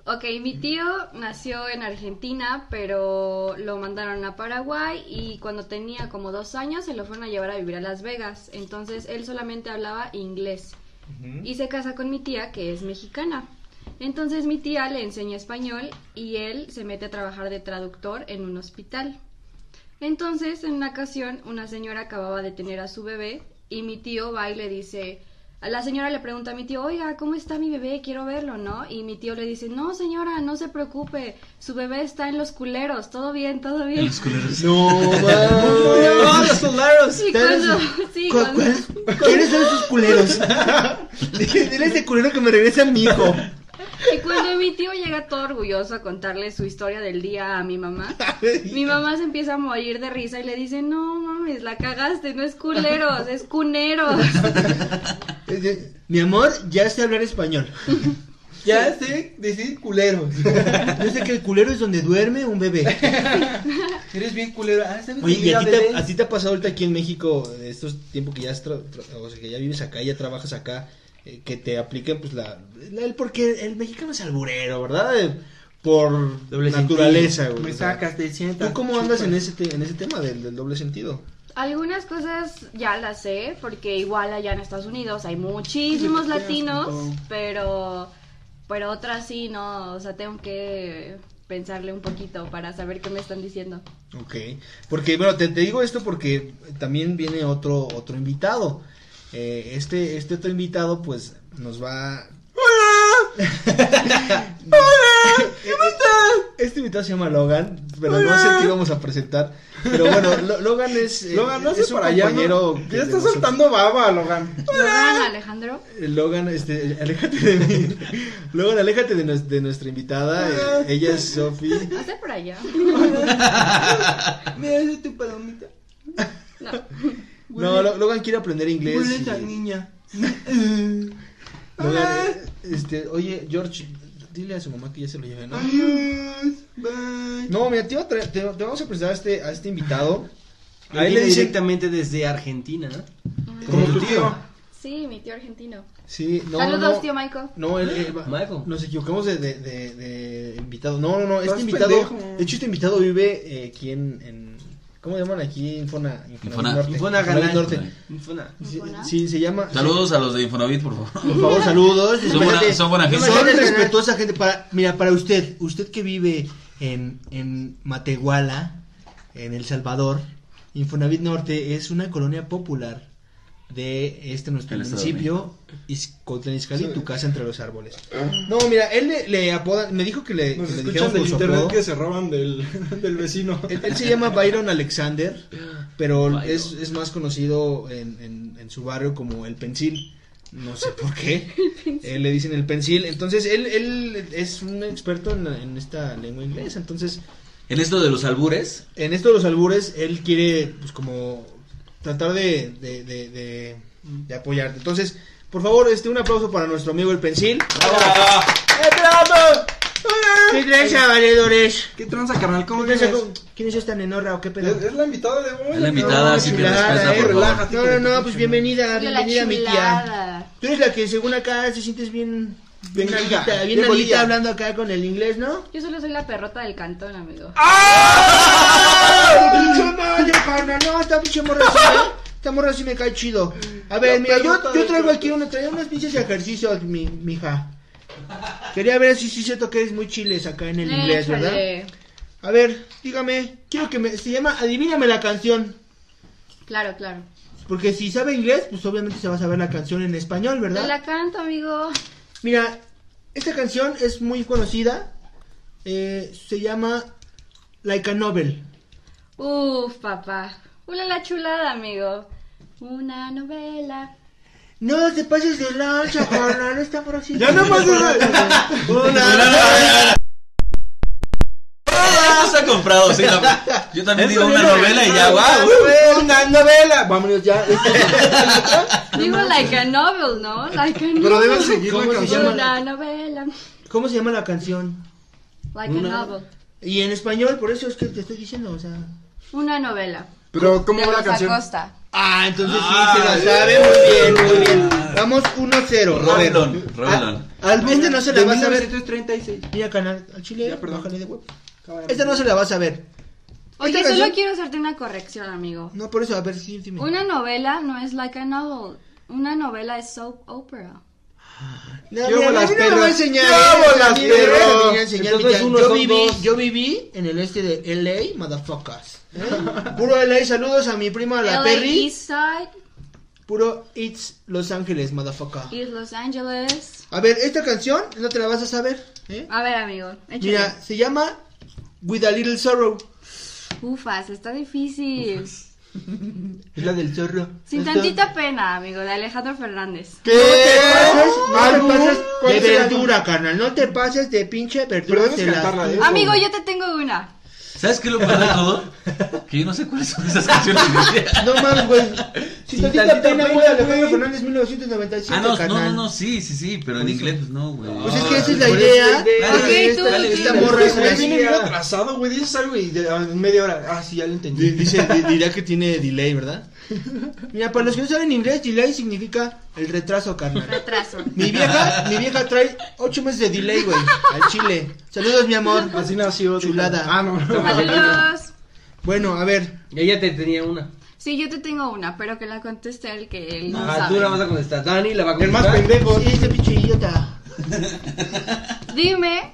Ok, mi tío nació en Argentina, pero lo mandaron a Paraguay y cuando tenía como dos años se lo fueron a llevar a vivir a Las Vegas. Entonces él solamente hablaba inglés y se casa con mi tía que es mexicana. Entonces mi tía le enseña español y él se mete a trabajar de traductor en un hospital. Entonces, en una ocasión, una señora acababa de tener a su bebé y mi tío va y le dice, a la señora le pregunta a mi tío, oiga, ¿cómo está mi bebé? Quiero verlo, ¿no? Y mi tío le dice, no, señora, no se preocupe, su bebé está en los culeros, todo bien, todo bien. Los culeros. No, ¡No, los solaros! Sí, cuando, sí, cuando- ¿Quiénes son esos culeros? Dile a ese culero que me regrese a mi hijo. Y cuando mi tío llega todo orgulloso a contarle su historia del día a mi mamá, mi mamá se empieza a morir de risa y le dice, no mames, la cagaste, no es culeros, es cuneros. Mi amor, ya sé hablar español. Ya sé decir culeros. Yo sé que el culero es donde duerme un bebé. Eres bien culero. Ah, ¿sabes Oye, que ¿y mira, a ti, te, bebé? a ti te ha pasado ahorita aquí en México, eh, estos tiempos que ya, has tra- tra- o sea, que ya vives acá, ya trabajas acá, eh, que te apliquen pues la, la- el porque el mexicano es alburero, ¿verdad? Eh, por Doble naturaleza, güey. Me o sea. sacas, te sientas. ¿Tú cómo andas en chupas. ese, te- en ese tema del, del doble sentido? Algunas cosas ya las sé, porque igual allá en Estados Unidos hay muchísimos Sí, te quedas latinos, con todo. pero, pero otras sí, no, o sea, tengo que pensarle un poquito para saber qué me están diciendo. Ok, porque bueno, te, te digo esto porque también viene otro otro invitado. Eh, este este otro invitado pues nos va Este invitado se llama Logan, pero no sé qué íbamos a presentar. Pero bueno, Lo- Logan es, eh, Logan, no es haces un para allá. ¿no? compañero. que Ya de está nosotros- soltando baba, Logan. Logan Alejandro. Logan, este, aléjate de mí. Logan, aléjate de, nos- de nuestra invitada. eh, Ella es Sophie. Hazte por allá. Mira, esa es tu palomita. No. No, Lo- Logan quiere aprender inglés. Huele esa y- niña. Logan, eh, este, oye, George, dile a su mamá que ya se lo lleve, ¿no? Adiós. Bye. No, mira, te, iba a traer- te, te vamos a presentar a este, a este invitado. Ahí le dicen- directamente desde Argentina, ¿no? Como tu tío. Sí, mi tío argentino. Sí, no. Saludos, no. tío Michael. No, él, él va- Michael. nos equivocamos de, de, de- de invitado. No, no, no, este Estás invitado, pendejo. de hecho este invitado vive eh, aquí en, en- ¿cómo llaman aquí? Infona, Infona- Norte. Infona Infonavit Galán. Norte. Fue una- Sí, Infona. sí, se llama. Saludos a los de Infonavit, por favor. Por favor, saludos. Son buena- Imagínate- son buena gente. Son Son respetuosa gente. Para, mira, para usted, usted que vive en, en Matehuala, en El Salvador, Infonavit Norte es una colonia popular de este nuestro El Estado de municipio, Iscotlán, Izcalli, tu casa entre los árboles. No, mira, él le, le apoda, me dijo que le, Nos que le escuchan dijéramos del por su internet apodo. que se roban del, del vecino. Él, él se llama Byron Alexander, pero Byron. Es, es más conocido en, en- en su barrio como El Pensil. No sé por qué. Eh, le dicen El Pensil. Entonces, él, él es un experto en, en esta lengua inglesa. Entonces, En esto de los albures, en esto de los albures, él quiere, pues, como tratar de, de, de- de- de apoyarte. Entonces, por favor, este, un aplauso para nuestro amigo El Pensil. ¿Qué tranza, valedores? ¿Qué tranza, carnal? ¿Cómo ¿Qué que tranza con- ¿Quién es esta nenorra o qué pedo? Es, es la invitada de hoy. Es la invitada, no, así que chulada, respeta, eh, por favor. relájate, No, no, no, pues bienvenida, Yo la bienvenida mi tía. chulada. Tú eres la que según acá se sientes bien bien Bien nalga, nalguita, bien bien nalguita bolilla. hablando acá con el inglés, ¿no? Yo solo soy la perrota del cantón, amigo. Ah, ¡Ah! pinche madre, pana, no, esta pinche morra sí, ¿eh? Esta morra sí me cae chido. A ver, mira, yo, pelota yo de traigo corta. aquí una, traigo unos pinches ejercicios, mi, mija. Quería ver si sí es cierto que eres muy chiles acá en el inglés, ¿verdad? Échale. A ver, dígame, quiero que me, se llama, adivíname la canción. Claro, claro. Porque si sabe inglés, pues obviamente se va a saber la canción en español, ¿verdad? Te la canto, amigo. Mira, esta canción es muy conocida. eh, se llama Like a Novel. Uf, papá. Una la chulada, amigo. Una novela. No te pases de lancha, carnal, no está por así. Ya no más ¡Ah! se ha comprado, sí, la- Yo también digo una novela y ya, guau. Una novela. Vámonos ya. Ah. Digo like a novel, ¿no? Like a novel. Pero debes seguir ¿Cómo la se canción. llama? Una novela. ¿Cómo se llama la canción? Like a novel. Y en español, por eso es que te estoy diciendo, o sea. Una novela. Pero, ¿cómo de va la los canción? Acosta. Ah, entonces sí, se la sabe muy bien, muy bien. Vamos 1-0, Roberto. Rodelón, Rodelón. Al este no se la De vas a ver. 1936. Mira, canal, al chile, Ya, perdón. bájale de huevo. Esta no se la vas a ver. Oye, Esta solo canción- quiero hacerte una corrección, amigo. No, por eso, a ver, sí, dime. Una novela no es like a novel. Una novela es soap opera. No, Yo mira, hago a las mí no me va a perras. enseñar. Yo hago eh, las a mí no me va a perras. enseñar, Entonces, mi uno yo, son viví, dos. yo viví en el este de LA, motherfuckers. ¿eh? Puro LA, saludos a mi prima la LA Perry. East Side Puro It's Los Ángeles, motherfucker. y Los Angeles. A ver, esta canción no te la vas a saber. ¿eh? A ver, amigo. échale. Mira, se llama With a Little Sorrow. Ufas, está difícil. Es la del zorro. Sin tantita pena, amigo, de Alejandro Fernández. ¿Qué? No te Álbum. pases, no ¿Cuál te pases de será? verdura, carnal. No te pases de pinche verdura. debes te la- cantarla, ¿eh? Amigo, yo te tengo una. ¿Sabes qué es lo peor de todo? Que yo no sé cuáles son esas canciones. No mames, güey. Si Sin tantita tantita pena, pena, güey, Alejandro güey. Fernández 1997, ah, no, no, carnal. no, no, sí, sí, sí, pero en inglés pues no, güey. Pues es que esa es la Por eso idea. es de- Ah, Ok, esta- tú, esta, tú, tú. morra es Güey, una viene bien chida. atrasado, güey. Dices algo y de- en media hora. Ah, sí, ya lo Di- entendí. Dice, di- dirá que tiene delay, ¿verdad? Mira, para los que no saben inglés, delay significa el retraso, carnal. Retraso. Mi vieja, mi vieja trae ocho meses de delay, güey, al chile. Saludos, mi amor. Así nació. Chulada. Ah, no. Saludos. Bueno, a ver, Ella te tenía una. Sí, yo te tengo una, pero que la conteste el que él no Ah, sabe. tú la vas a contestar. Dani la va a El más contestar. pendejo. sí, este pinche idiota. Dime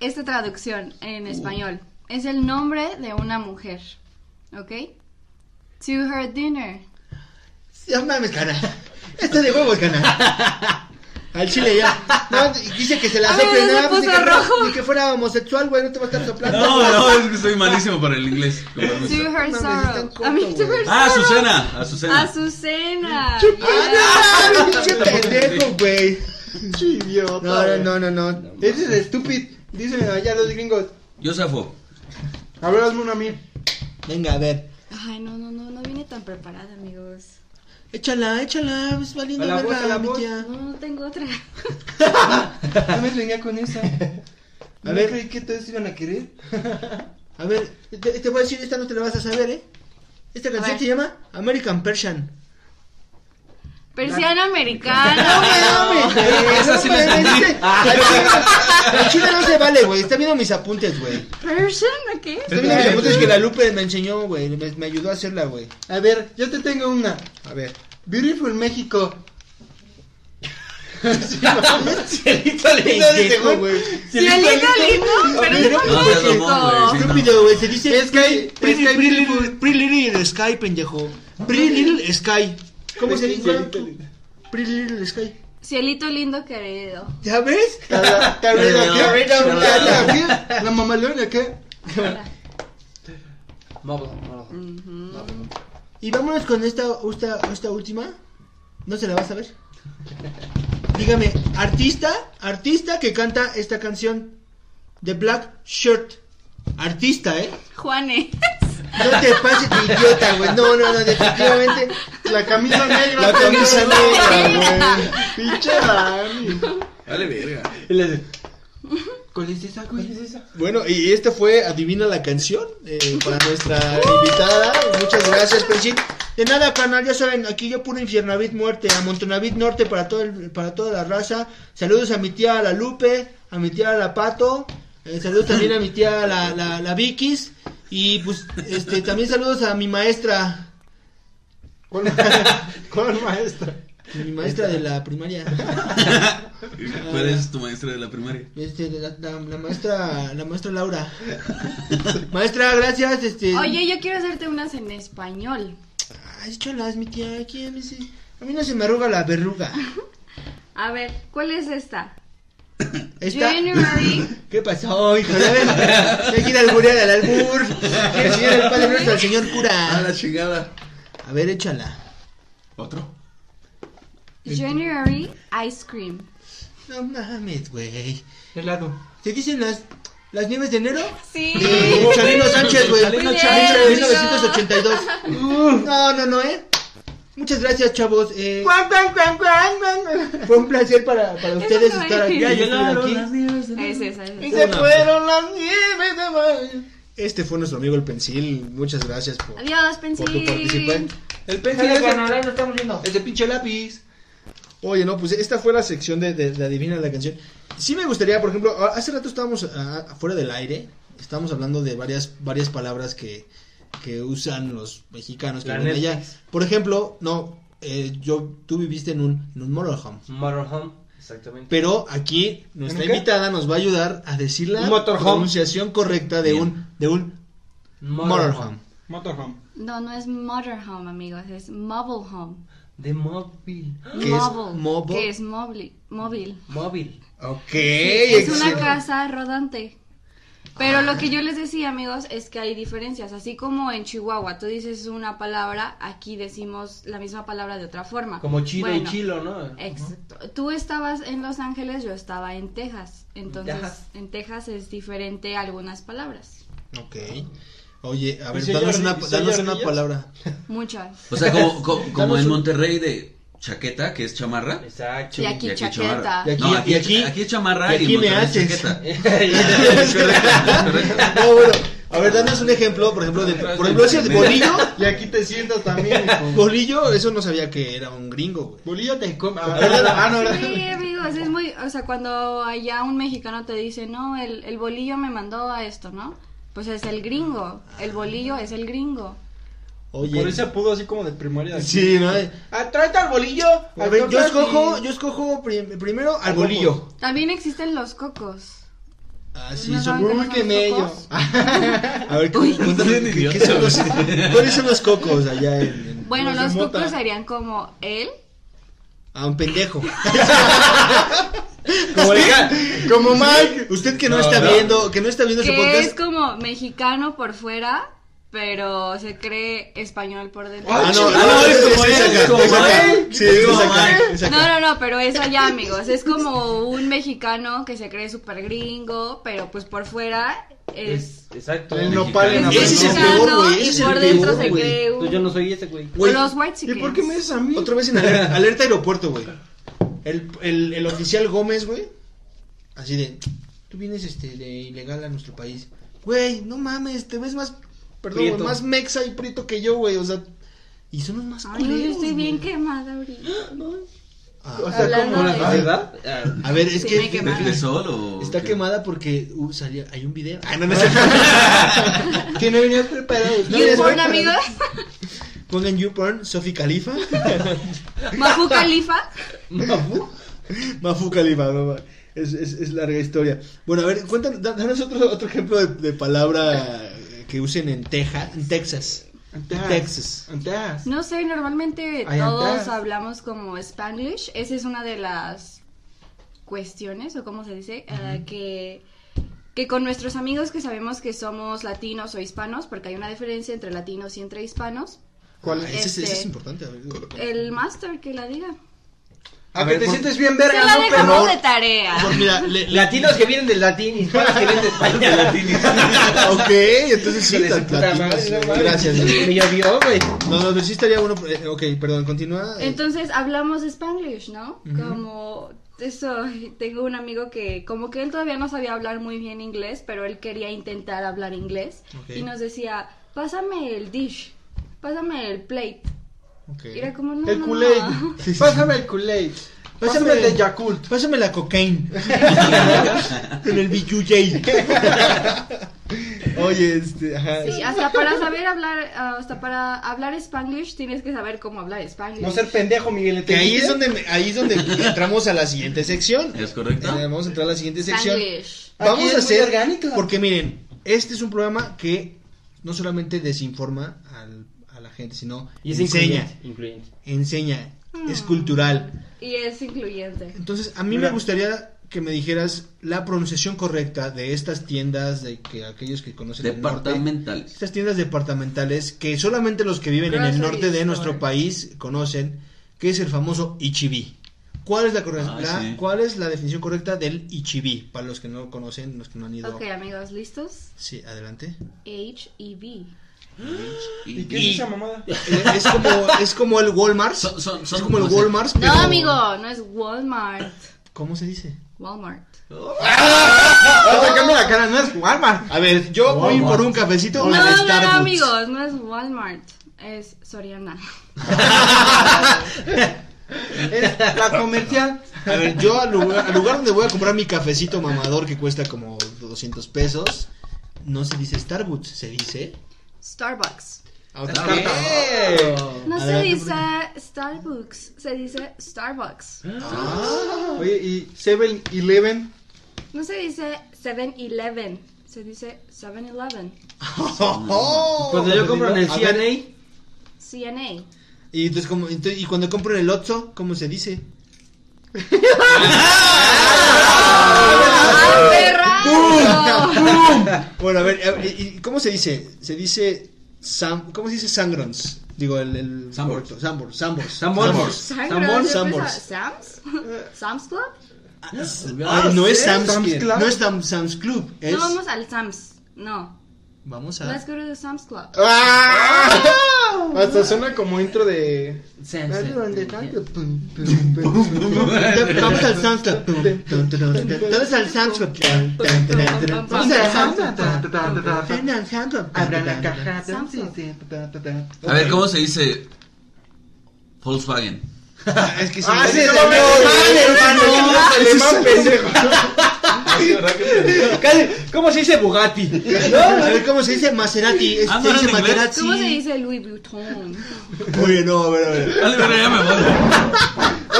esta traducción Uh. en español. Es el nombre de una mujer. ¿Ok? To her dinner. No mames, carnal. Este de huevos, carnal. Al chile ya. No, dice que se la A ver, sople ya se nada, pues, ni, puso que fuera- rojo. ni que fuera homosexual, güey, no te va a estar soplando. No, no, es que estoy malísimo para el inglés. con permiso. To her mames, está en sorrow. corto, A mí, to güey. her Ah, sorrow. Azucena, Azucena. Azucena. Ah, no, pinche pendejo, güey. No, Chiviota. no, no, no, no. Ese es estúpido. Dicen allá los gringos. Yo zafo. A ver, hazme una a mí. Venga, a ver. Ay, no, no, no, no vine tan preparada, amigos. Échala, échala, pues valiendo A la voz, a la mi voz. tía. No, no tengo otra. No me venía con esa. A no ver. creí que todos iban a querer. A ver, te, te voy a decir, esta no te la vas a saber, ¿eh? Esta canción ver. se llama American Persian. Persiana americana. No mames, güey, Esa no sí la mames, entendí. este- Ah. al chile- Al chile no se vale, güey. Está viendo mis apuntes, güey. ¿Persiana qué? Está viendo mis apuntes que la Lupe me enseñó, güey. Me, me ayudó a hacerla, güey. A ver, yo te tengo una. A ver. Beautiful México. Pendejo, güey. Cielito lindo, pero es No, con seas mamón, güey, sí, no. Estúpido, güey. Se dice. Es que hay- Pretty, es que hay pretty beautiful- little- pretty little Sky, pendejo. Pretty Little Sky. ¿Cómo se dice? Cielito lindo. Pretty Little Sky. Cielito lindo querido. ¿Ya ves? Tarda- tarda- No, tarda- no. tarda- ¿qué? La mamaleona, ¿qué? Ujú. Y vámonos con esta, esta, esta última. No se la vas a ver. Dígame, artista, artista que canta esta canción. The Black Shirt. Artista, ¿eh? Juane. No te pases de idiota, güey. No, no, no, definitivamente. La camisa negra. La camisa negra, güey. Pinche Dani. Vale, verga. ¿Cuál es esa, güey? Bueno, y esta fue Adivina la canción eh, para nuestra invitada. Muchas gracias, Pensit. De nada, canal, ya saben, aquí yo puro Infiernavit Muerte, a Montonavit Norte para, todo el- para toda la raza. Saludos a mi tía la Lupe, a mi tía la Pato, eh, saludos también a mi tía la, la, la Vikis. Y pues este, también saludos a mi maestra, ¿Cuál, cuál maestra? mi maestra de la primaria. ¿Cuál es tu maestra de la primaria? Este, la, la- la maestra, la maestra Laura. Maestra, gracias. Este, Oye, yo quiero hacerte unas en español. Ay, cholas, mi tía, ¿quién me dice? A mí no se me arruga la verruga. A ver, ¿cuál es esta? Esta- January. ¿Qué pasó, hijo? Ya ven, hay que ir a alburear al albur. Hay que enseñar al padre nuestro al señor cura. chingada. A ver, échala. ¿Otro? January ice cream. No mames, güey. Helado. ¿Te dicen las, las nieves de enero? Sí. De Chalino Sánchez, güey. Chalino Pinche Sánchez. de 1982. No, no, no, ¿eh? Muchas gracias, chavos. Eh, ¡Cuan, cuan, cuan, cuan, cuan! fue un placer para, para ustedes no es. estar aquí. Ya Yo estuve aquí. Es esa, es Y esa. se fueron las nieves de mayo. Este fue nuestro amigo el Pensil. Muchas gracias por, Adiós, por tu participación. Pensil. El Dale, pendejo. carnal, ahí nos estamos viendo. Ese pinche lápiz. Oye, no, pues esta fue la sección de, de- de Adivina la canción. Sí me gustaría, por ejemplo, a- hace rato estábamos ah, afuera del aire, estábamos hablando de varias, varias palabras que, que usan los mexicanos que La viven allá. Netflix. Por ejemplo, no, eh, yo, tú viviste en un, en un motorhome, Motorhome, exactamente. pero aquí nuestra ¿En qué? invitada nos va a ayudar a decir la Un motorhome. pronunciación correcta de Bien. un, de un motorhome. Motorhome. No, no es motorhome, amigos, es mobile home. De móvil. ¿Qué es mobile? Que es móvil. móvil. Móvil. Ok, es una excelente. casa rodante. Pero lo que yo les decía, amigos, es que hay diferencias. Así como en Chihuahua tú dices una palabra, aquí decimos la misma palabra de otra forma. Como chido y Bueno, Eh, chilo, ¿no? Exacto. Tú estabas en Los Ángeles, yo estaba en Texas. Entonces, Texas. en Texas es diferente algunas palabras. Ok. Oye, a ver, si hay danos ordi- una, y si hay danos una ardillas? palabra. Muchas. O sea, como, co- como Danos en un- Monterrey de chaqueta, que es chamarra. Exacto. Y aquí chamarra. chaqueta. Y aquí- no, aquí, y aquí- aquí es chamarra y y, aquí en me Monterrey es haces. chaqueta. no, bueno, a ver, danos un ejemplo, por ejemplo, de, por ejemplo, ese de bolillo. Y aquí te sientas también. hijo. Bolillo, eso no sabía que era un gringo, güey. Bolillo te come. Ah, no, Sí, amigos, es muy, o sea, cuando allá un mexicano te dice, no, el, el bolillo me mandó a esto, ¿no? Pues es el gringo, el bolillo es el gringo. Por Oye. ese apodo así como de primaria. Sí, ¿no? A Ah, tráete al bolillo. ver, yo Entonces, escojo, sí. yo escojo prim- primero al bolillo. También existen los cocos. Ah, sí, ¿No son- saben Uy, qué qué son los mello. cocos? A ver, cuéntame, Bien ¿qué- qué idiota, son los- ¿cuáles son los cocos allá en- en- Bueno, Los de los mota. cocos serían como el a un pendejo. Como le ca- Como Mike, usted que no, está viendo, que no está viendo su Que es podcast. como mexicano por fuera, pero se cree español por dentro. Ah, no, Ah, ah, no, no, es, es es como él, acá, es como es acá. él. Sí, es acá, es No, acá. no, no, pero es allá, amigos. Es como un mexicano que se cree súper gringo, pero pues por fuera es. Exacto. El nopal en la Ese es el mano. peor, güey, y ese es el por dentro peor, se güey. cree Pues yo un. no soy ese, güey. O Güey, los white chickens. ¿Y por qué me dices a mí? Otra vez en alerta, alerta aeropuerto, güey. El, el, el oficial Gómez, güey. Así de, tú vienes este, de ilegal a nuestro país. Güey, no mames, te ves más, perdón, güey, Prieto. más mexa y prieto que yo, güey. O sea, y son los más Ay, no, yo culeros, estoy bien güey. quemada ahorita. Ah, O sea, Hablando ¿cómo? de- Ah, ¿Verdad? a ver, es Sí, que me quemé. ¿De, de sol o está qué? quemada porque uh, salió, hay un video. Ah, no, no es cierto. Que no venías preparado. No, ¿Y es- porn, amigos? Pongan YouPorn, Sofi Califa. Mafu Califa. Mafu Califa, no, ma- es, es, es larga historia. Bueno, a ver, cuéntanos, da- danos otro, otro ejemplo de, de palabra eh, que usen en Texas. En Texas. Texas. Anteas. No sé, normalmente Ay, todos andas. hablamos como Spanglish. Esa es una de las cuestiones, o como se dice, eh, que, que con nuestros amigos que sabemos que somos latinos o hispanos, porque hay una diferencia entre latinos y entre hispanos, ¿Cuál? Ah, Ese, es- ese Este. es importante. A ver, el máster que la diga. A que te sientes bien Se verga, la ¿no, perro? dejamos de tarea. Pues Por- mira, le- le- Latinos que vienen del latín, hispanos que vienen de España. ok, entonces sí, Hijo de su la- puta latinos. madre, no mames. Gracias. Me llovió, güey. No, no, pero sí estaría bueno. eh, ok, perdón, continúa. eh. Entonces hablamos Spanglish, ¿no? Como eso, tengo un amigo que como que él todavía no sabía hablar muy bien inglés, pero él quería intentar hablar inglés Ok. y nos decía, pásame el dish, pásame el plate. Ok. Y era como, no, El no, Kool-Aid. no. Pásame el Kool-Aid. Pásame el de Yakult. Pásame la cocaine. Con el BQJ. Oye, este. Ajá. Sí, ah. hasta para saber hablar, ah, hasta para hablar Spanglish tienes que saber cómo hablar Spanglish. No ser pendejo, Miguel. Que ahí es donde me- ahí es donde entramos a la siguiente sección. ¿Es correcto? Eh, vamos a entrar a la siguiente sección. Spanglish. Vamos Aquí a es muy hacer orgánico. porque miren, este es un programa que no solamente desinforma al- a la gente, sino Y es enseña, incluyente. incluyente. enseña, es Mm. cultural. Y es incluyente. Entonces, a mí Mira. me gustaría que me dijeras la pronunciación correcta de estas tiendas de que aquellos que conocen el norte- Departamental. estas tiendas departamentales que solamente los que viven en el Grocery norte de store. nuestro país conocen, que es el famoso Ichibi. ¿Cuál es la, corre- Ah, la- sí. cuál es la definición correcta del Ichibi? Para los que no conocen, los que no han ido. Ok, amigos, ¿listos? E Sí, adelante. H-E-B. ¿Y Y- qué es esa mamada? Eh, Es como, es como el Walmart. Son- son- son es como el como- Walmart. No, pero- amigo, no es Walmart. ¿Cómo se dice? Walmart. Ah, sacame la cara, no es Walmart. A ver, yo voy por un cafecito No, a no, no, Starbucks. amigos, no es Walmart, es Soriana. Es la comercial. A ver, yo al lugar, al lugar donde voy a comprar mi cafecito mamador que cuesta como 200 pesos, no se dice Starbucks, se dice... Starbucks. Ah, Eh. Starbucks. No se Adelante, dice Starbucks, se dice Starbucks. Oye, y 7-Eleven. No se dice 7-Eleven, se dice 7-Eleven. Cuando yo compro en el A ver, CNA, CNA. Y, entonces, como, entonces, y cuando compro en el Otso, ¿cómo se dice? ¡Ah, perra! Bueno, a ver, a ver, ¿y- y ¿cómo se dice? Se dice. Sam, ¿Cómo se dice Sangrons? Digo, el. el Sambors. Sambors. Sambors. Sanborns. Sanborns. Sanborns. ¿Sam's? ¿Sam's Club? Ah, no es ¿sí? Sam's, Sam's Club. Club. No es Sam- Sam's Club. Es. No vamos al Sam's, no. Vamos a. Let's go to the Sam's Club. Ah, Hasta suena como intro de. Vamos al Sam's Club. Todos al Sam's Club. Vamos al Sam's Club. Ven al Sam's Club. Abra la caja. A ver, ¿cómo se dice Volkswagen? Ah, Es que se Ah, me- sí, se se me- me- Vale, hermano. Se llama pendejo. Casi- ¿Cómo se dice Bugatti? A ver, ¿cómo se dice Maserati? Es- Ah, Se ¿no dice era en inglés? Materazzi. ¿Cómo se dice Louis Vuitton? Oye, no, a ver, a ver. Dale, pero ya me voy.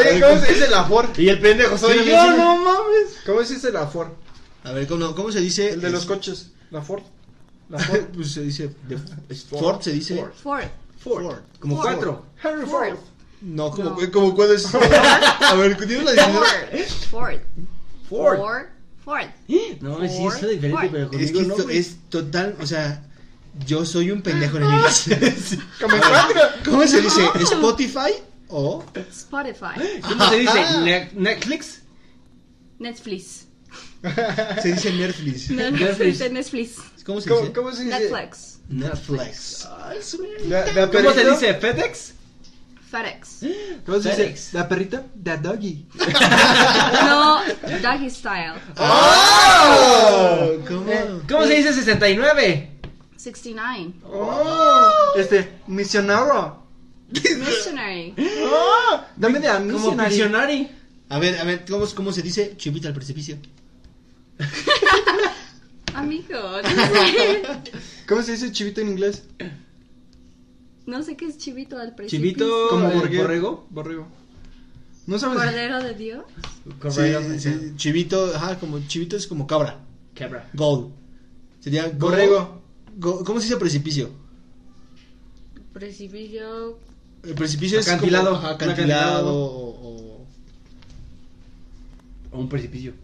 Oye, ¿cómo se dice la Ford? Y el pendejo Soy yo, no mames. ¿Cómo se dice la Ford? A ver, ¿cómo, cómo se dice? El de los Es- coches. La Ford. La Ford. pues se dice. de- Ford se dice. Ford. Ford. Como cuatro. Harry Ford. No, como, No. como cuál es. A ver, ¿tienes la Ford. definición? Ford. Ford. Ford. Ford. No, sí, Ford. es diferente, Ford. pero Es conmigo que no, esto güey. es total, o sea, yo soy un pendejo en inglés. Como encuentra. ¿Cómo se dice? ¿Spotify o Spotify. ¿Cómo se dice? Ajá. Ne- Netflix. Netflix. se dice Netflix? No, no se dice Netflix. ¿Cómo se dice? ¿Cómo, cómo se dice? Netflix. Netflix. La- la ¿Cómo se perrita- dice? FedEx. FedEx. ¿Cómo se FedEx. dice? La perrita, the doggy. No, Doggy Style. ¡Oh! ¿Cómo? Eh, ¿Cómo se dice 69? 69. Oh, este, misionero. Missionary. Oh, dame de a Como misionero. Pictionary. A ver, a ver, ¿cómo, cómo se dice? Chivita al precipicio. Amigo, no sé. ¿Cómo se dice chivito en inglés? No sé qué es chivito al principio. Chivito. Como eh, borrego. borrego. Borrego. No sabes. Cordero de Dios. Sí, sí, chivito, ajá, como chivito es como cabra. Cabra. Gold. Sería go- Borrego. go- ¿Cómo se dice precipicio? Precipicio. El precipicio es Acantilado, como, ajá, un acantilado acantilado. o, o- O un precipicio.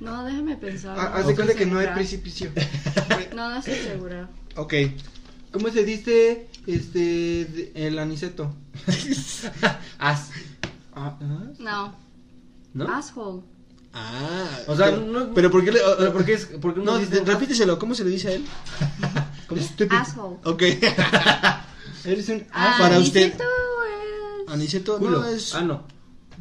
No, déjame pensar. Ah, no Haz de estoy cuenta que no hay segura. precipicio. No, no estoy segura. Ok. ¿Cómo se dice este de- el aniceto? As. Ah, ah. No. ¿No? Asshole. Ah. O sea, pero, no- pero ¿por qué le.? Pero ¿por qué es- por qué no, no dice- de- repíteselo, ¿cómo se le dice a él? ¿Cómo? Asshole. Ok. Eres un Ah, para usted. Aniceto es- Aniceto Culo. no es. Ah, no.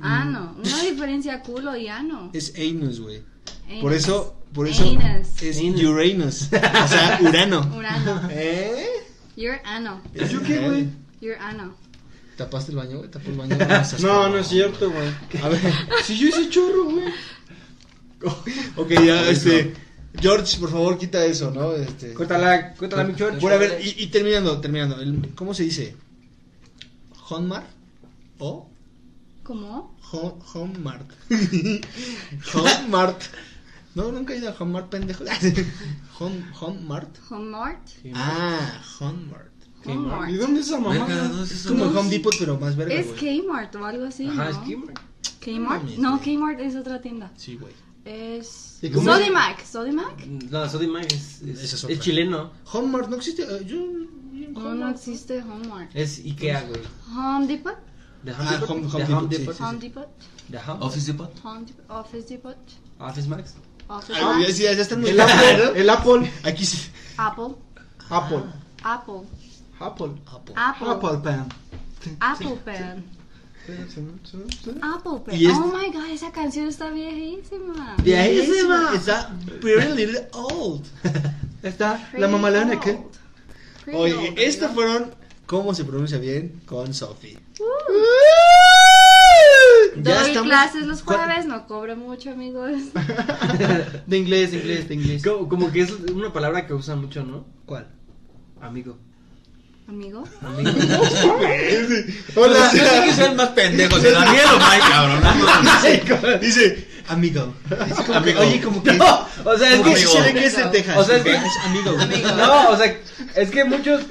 Ano. Una diferencia culo y ano. Es anus, güey. Anus. Por eso. Por eso. Anus. Es Anus. Uranus. O sea, Urano. Urano. ¿Eh? Your ano. ¿Yo qué, güey? Your ano. ¿Tapaste el baño, güey? ¿Tapó el baño? seas No, cabrón. no es cierto, güey. A ver. Si yo hice chorro, güey. Ok, ya, este. George, por favor, quita eso, ¿no? Este. Cuéntala, cuéntala, mi chorro. Bueno, a ver, y, y terminando, terminando. el- ¿Cómo se dice? ¿Honmar? ¿O? ¿Cómo? Hon- Honmart. Honmart. No, nunca he ido a Honmart, pendejo. Hon, Honmart. Homart. Ah, Honmart. Homart. ¿Y dónde es esa mamá? Verga, ¿dónde es eso? Es como Home Depot, pero más verga, Es güey. Kmart o algo así, Ajá, es ¿no? Kmart. Kmart. mames, No, güey. Kmart es otra tienda. Sí, güey. Es ¿Y cómo es? Sodimac, Sodimac. No, Sodimac es, es, Esa es es, otra. chileno. Honmart no existe. eh, yo. No, no existe Homart. Es Ikea, güey. Home Depot, The Ah, Home Ah, Depot. Home- Home The Home Depot, sí, Depot. sí, Home Depot, The Home. Office Depot. Home Depot, Office Depot, Office Max. Office Ah, ya, Max, sí, ya están muy El Apple. claros. El Apple. Aquí sí. Apple, Apple. Apple, Apple. Apple. Apple, Apple pan. Apple Pen, Apple Y Pen. es- Oh my god, esa canción está viejísima. De ahí se va. Está very little old. Está Pretty la mamalana old. que. Pretty Oye, old, estas ¿no? fueron cómo se pronuncia bien con Sophie. Doy estamos- clases los ¿Cuál- jueves, no cobro mucho, amigos. De inglés, de inglés, de inglés. Como, como que es una palabra que usan mucho, ¿no? ¿Cuál? Amigo. Amigo. Amigo. Hola. Yo sé que soy el más pendejo, de Daniel o Mike, cabrón. no mames. Dice, amigo. Amigo. Oye, como que. o sea, es que como que Amigo. se ve que es de Texas. O sea, es que- amigo. No, o sea, es que muchos.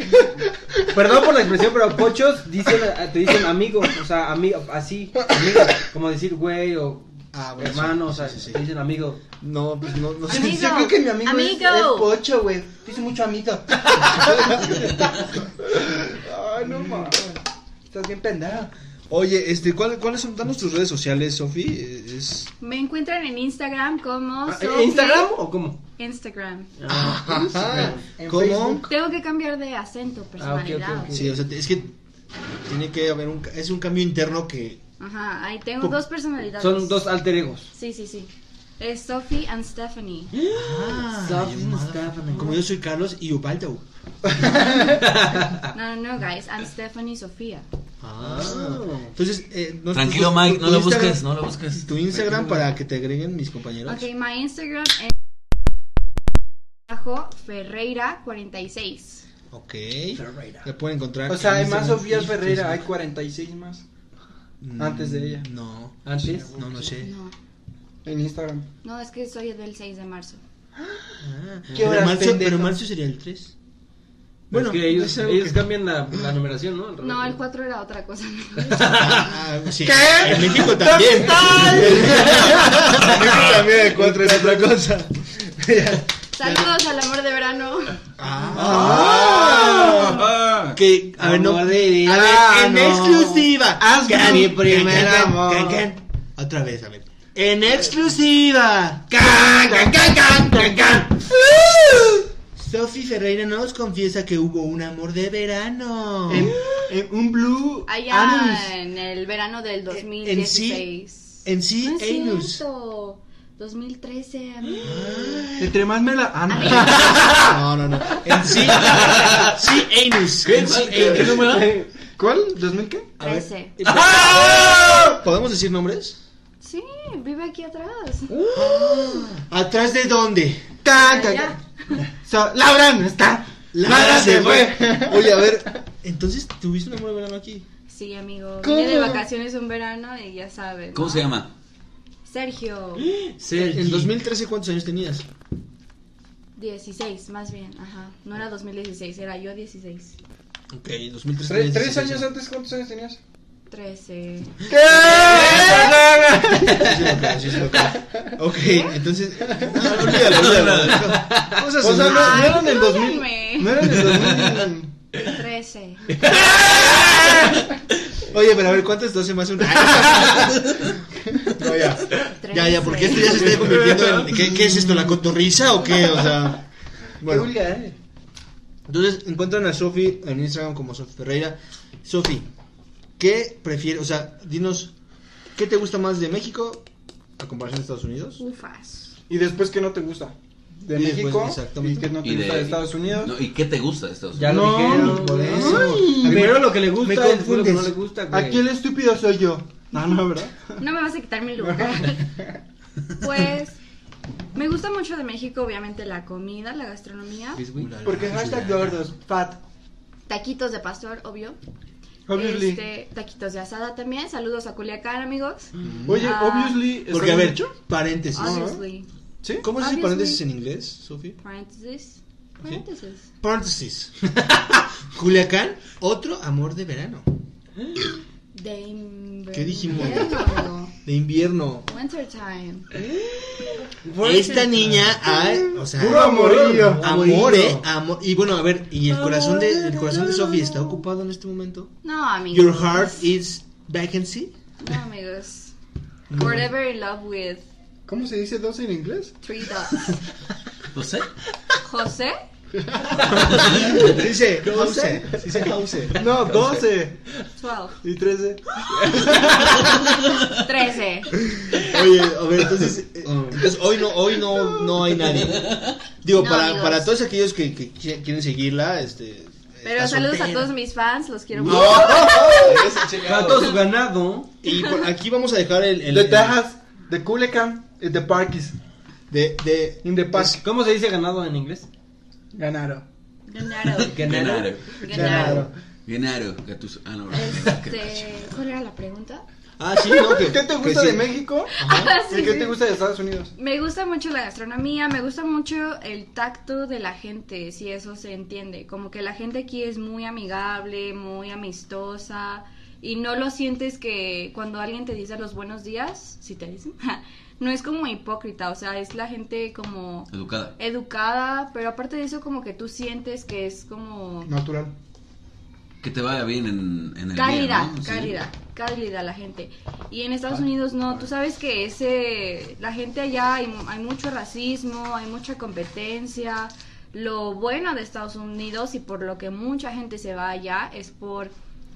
Perdón por la expresión, pero pochos dicen, te dicen amigo, o sea, amigo, así, amigo, como decir güey o Ah, bueno, hermano, o sea, sí, sí, sí. te dicen amigo. No, pues no, no sé. Amigo. Yo creo que mi amigo, es- Amigo. Es, pocho, güey. Dice mucho amigo. Ay, no mames. Estás bien pendejo. Oye, este, ¿cuál- ¿cuáles son danos tus redes sociales, Sofi? Eh, Es. Me encuentran en Instagram como Ah, Sophie- ¿Instagram o cómo? Instagram. Ah, Ajá. En ¿Cómo? Facebook. Tengo que cambiar de acento, personalidad. Ah, ok, ok, ok. Sí, o sea, te- es que tiene que haber un. ca- Es un cambio interno que. Ajá, ahí tengo dos personalidades. Son dos alter egos. Sí, sí, sí. Es Sophie and Stephanie. Ah, Sophie yo, madre. Stephanie. Como yo soy Carlos y Ubaldo. Ah. No, no, no, guys. I'm Stephanie Sofía. Ah. Entonces, eh, no- Tranquilo, tu- Mike, tu no lo Instagram- busques, no lo busques. Tu Instagram para que te agreguen mis compañeros. Ok, my Instagram es bajo Ferreira46. Ok. Ya pueden encontrar. O sea, en hay más Instagram Sofía y Ferreira, hay Facebook. 46 más Mm, antes de ella. No, Antes. no, no sé. No, en Instagram. no, es que soy del 6 de marzo. Ah, ¿Qué pero, horas, marzo, pendejo? pero marzo sería el 3. Bueno, es que ellos, es algo ellos que- cambian la, la numeración, ¿no? Al revés. No, el 4 era otra cosa. Ah, sí. En México también. en México también el 4 es otra cosa. Saludos al amor de verano. Ah. Que, a ver, no. Amor de vida, a ver, en no. exclusiva. Haz Can- mi can- primer can- amor. can- can. Otra vez, a ver. En exclusiva. Sophie Ferreira nos confiesa que hubo un amor de verano. En, en un blue anus. Allá en el verano Eh, del 2016. En sí, No es anus. cierto. 2013, amigo. Entre más me la. Ah, no. No, no, no. En sí, sí, anus. En sí, anus. ¿Cuál? ¿2000 qué? 13. ¿Podemos decir nombres? Sí, vive aquí atrás. ¿Atrás de dónde? Ah, Can, can, Allá. can. So, Laura no está. Laura se fue. Oye, a ver, entonces tuviste un amor de verano aquí. Sí, amigo. Vine de vacaciones un verano y ya sabes. ¿no? ¿Cómo se llama? Sergio. En 2013, ¿cuántos años tenías? 16, más bien. Ajá. No era 2016, era yo 16. Ok, 2013. Tres, tenías tres 16 años antes, ¿cuántos años tenías? 13. ¡Eh! Sí, sí, lo creo, sí, sí, lo creo. Ok, entonces. No, olvídalo, olvídalo. Cosas O así. sea, no, no eran Ay, el 2000. óyeme. No eran el 2000. 13. Oye, pero a ver, ¿cuántas dos se me hace una? No, ya. Ya, ya, porque esto ya se está convirtiendo en. ¿Qué, qué es esto? ¿La cotorriza o qué? O sea. Bueno, entonces encuentran a Sofi en Instagram como Sofi Ferreira. Sofi, ¿qué prefieres? O sea, dinos, ¿qué te gusta más de México a comparación de Estados Unidos? Ufas. Y después, ¿qué no te gusta? De Y después, México. exactamente. Y que no te Y gusta de- de Estados Unidos. No, ¿Y qué te gusta de Estados Ya Unidos? lo No, dijeron. por eso. Ay, A mí- Primero lo que le me gusta es lo que no confundes. le gusta, güey. Aquí el estúpido soy yo. No, no, ¿verdad? No me vas a quitar mi lugar. pues. Me gusta mucho de México, obviamente, la comida, la gastronomía. Porque hashtag gordos, fat. Taquitos de pastor, obvio. Obviously. Este, taquitos de asada también. Saludos a Culiacán, amigos. Oye, Ah. obviously. ¿está Porque, a bien ver, dicho? paréntesis. Ah, Obviously. ¿Sí? ¿Cómo es el Obviously. paréntesis en inglés, Sofi? Paréntesis. Paréntesis. Paréntesis. Culiacán, otro amor de verano. De invierno. ¿Qué dijimos? De invierno. Winter time. Esta niña, ay, o sea, Puro amorío. amor, eh, amor. Y bueno, a ver, y el corazón de, el corazón de Sofi está ocupado en este momento. No, amigos. Your heart is vacancy. No, amigos. Forever in love with ¿Cómo se dice dos en inglés? three dots. No sé. José. Dice Hause. Dice Hause. No, 12 12. y 13. 13. Oye, a ver, entonces, eh, entonces, hoy no, hoy no, no hay nadie. Digo, No, para, amigos. para todos aquellos que, que qui- quieren seguirla, este. Pero está saludos a soltera. todos mis fans. Los quiero No. mucho. Para todo su ganado. Y por aquí vamos a dejar el, el- De el- Texas, de Culiacán y de Parkis. de, de- In the Park. ¿Cómo se dice ganado en inglés? Ganaron. Ganaro. Genaro. Ganaro. Genaro. Gattuso. Ah, no. Este, ¿Cuál era la pregunta? Ah, sí, no, que- ¿Qué te que gusta sí. de México? Ah, ¿Y sí, qué sí. te gusta de Estados Unidos? Me gusta mucho la gastronomía, me gusta mucho el tacto de la gente, si eso se entiende. Como que la gente aquí es muy amigable, muy amistosa y no lo sientes que cuando alguien te dice los buenos días, si te dicen, no es como hipócrita, o sea, es la gente como Educada. educada, pero aparte de eso como que tú sientes que es como Natural. Que te vaya bien en, en el Cálida, día, ¿no? Sí. cálida, cálida la gente. Y en Estados Unidos no, tú sabes que ese, la gente allá hay, hay mucho racismo, hay mucha competencia. Lo bueno de Estados Unidos y por lo que mucha gente se va allá es por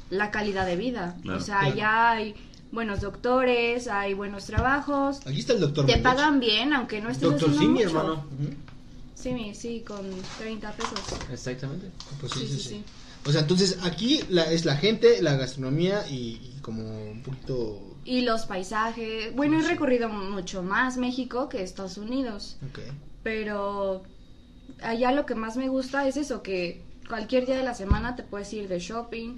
la calidad de vida. Claro, o sea, allá hay buenos doctores, hay buenos trabajos, Aquí está el doctor. te Mendoza. pagan bien, aunque no estés Doctor haciendo Simi, mucho. hermano. Ujú. Simi, sí, con 30 pesos. Exactamente. Pues sí, Sí, sí, sí, sí. sí. O sea, entonces aquí la, es la gente, la gastronomía y, y como un poquito. Y los paisajes. Pues Bueno, he recorrido mucho más México que Estados Unidos. Ok. Pero allá lo que más me gusta es eso, que cualquier día de la semana te puedes ir de shopping,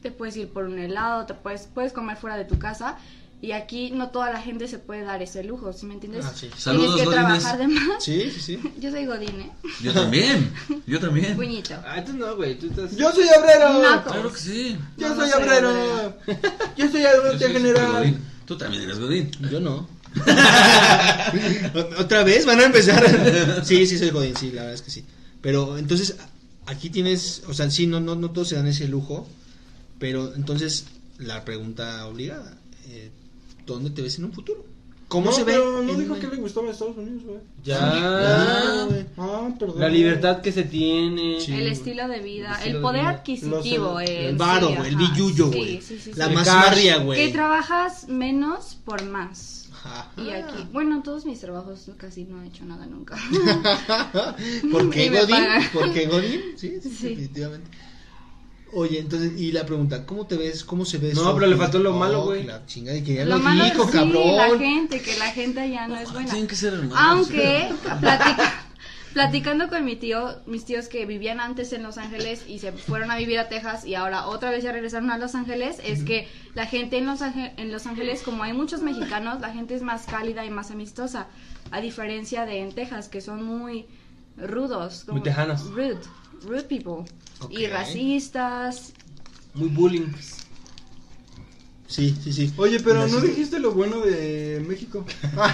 te puedes ir por un helado, te puedes, puedes comer fuera de tu casa Y aquí no toda la gente se puede dar ese lujo, ¿sí me entiendes? Ah, sí. Saludos, Tienes que Godines. trabajar de más. Sí, sí, sí. Yo soy Godín, ¿eh? Yo también. Yo también. Puñito. Ah, tú no, güey. Tú estás. Yo soy obrero. Naco. Claro que sí. Yo No, no soy soy obrero. Yo soy obrero Yo soy general. Godín. Tú también eres Godín. Yo no. Ot- ¿Otra vez? ¿Van a empezar? sí, sí, soy Godín, sí, la verdad es que sí. Pero entonces, a- aquí tienes, o sea, sí, no, no, no todos se dan ese lujo, pero entonces la pregunta obligada, eh, ¿dónde te ves en un futuro? ¿Cómo no, se ve? pero no en dijo un- que le gustaba Estados Unidos, güey. Ya. güey. Ah, perdón. La libertad que se tiene. Sí. El estilo de vida, estilo el de poder vida. adquisitivo. Los- eh, El varo, sí, güey, el ajá. billuyo, Sí, güey. sí, sí, La sí. más cash. barria, Que güey. trabajas menos por más. Ajá. Y aquí, bueno, todos mis trabajos casi no he hecho nada nunca. ¿Por qué Y me Godín? pagan. ¿Por qué Godín? Sí, sí, Sí. definitivamente. Oye, entonces, y la pregunta, ¿cómo te ves? ¿Cómo se ve No, eso? pero le faltó lo malo, que güey. La chingada, y que ya Lo lo, malo dijo, es sí, cabrón. la gente, que la gente ya no es buena. Ah, Tienen que ser hermanos. ¿eh? Aunque platica- platicando con mi tío, mis tíos que vivían antes en Los Ángeles y se fueron a vivir a Texas y ahora otra vez ya regresaron a Los Ángeles, es que la gente en Los, Ángel- en Los Ángeles, como hay muchos mexicanos, la gente es más cálida y más amistosa, a diferencia de en Texas, que son muy rudos. como- Muy tejanos. Rude, rude people. Y Ok. racistas. Muy bullying. Sí, sí, sí. Oye, pero no Naciste- dijiste lo bueno de México. Ah,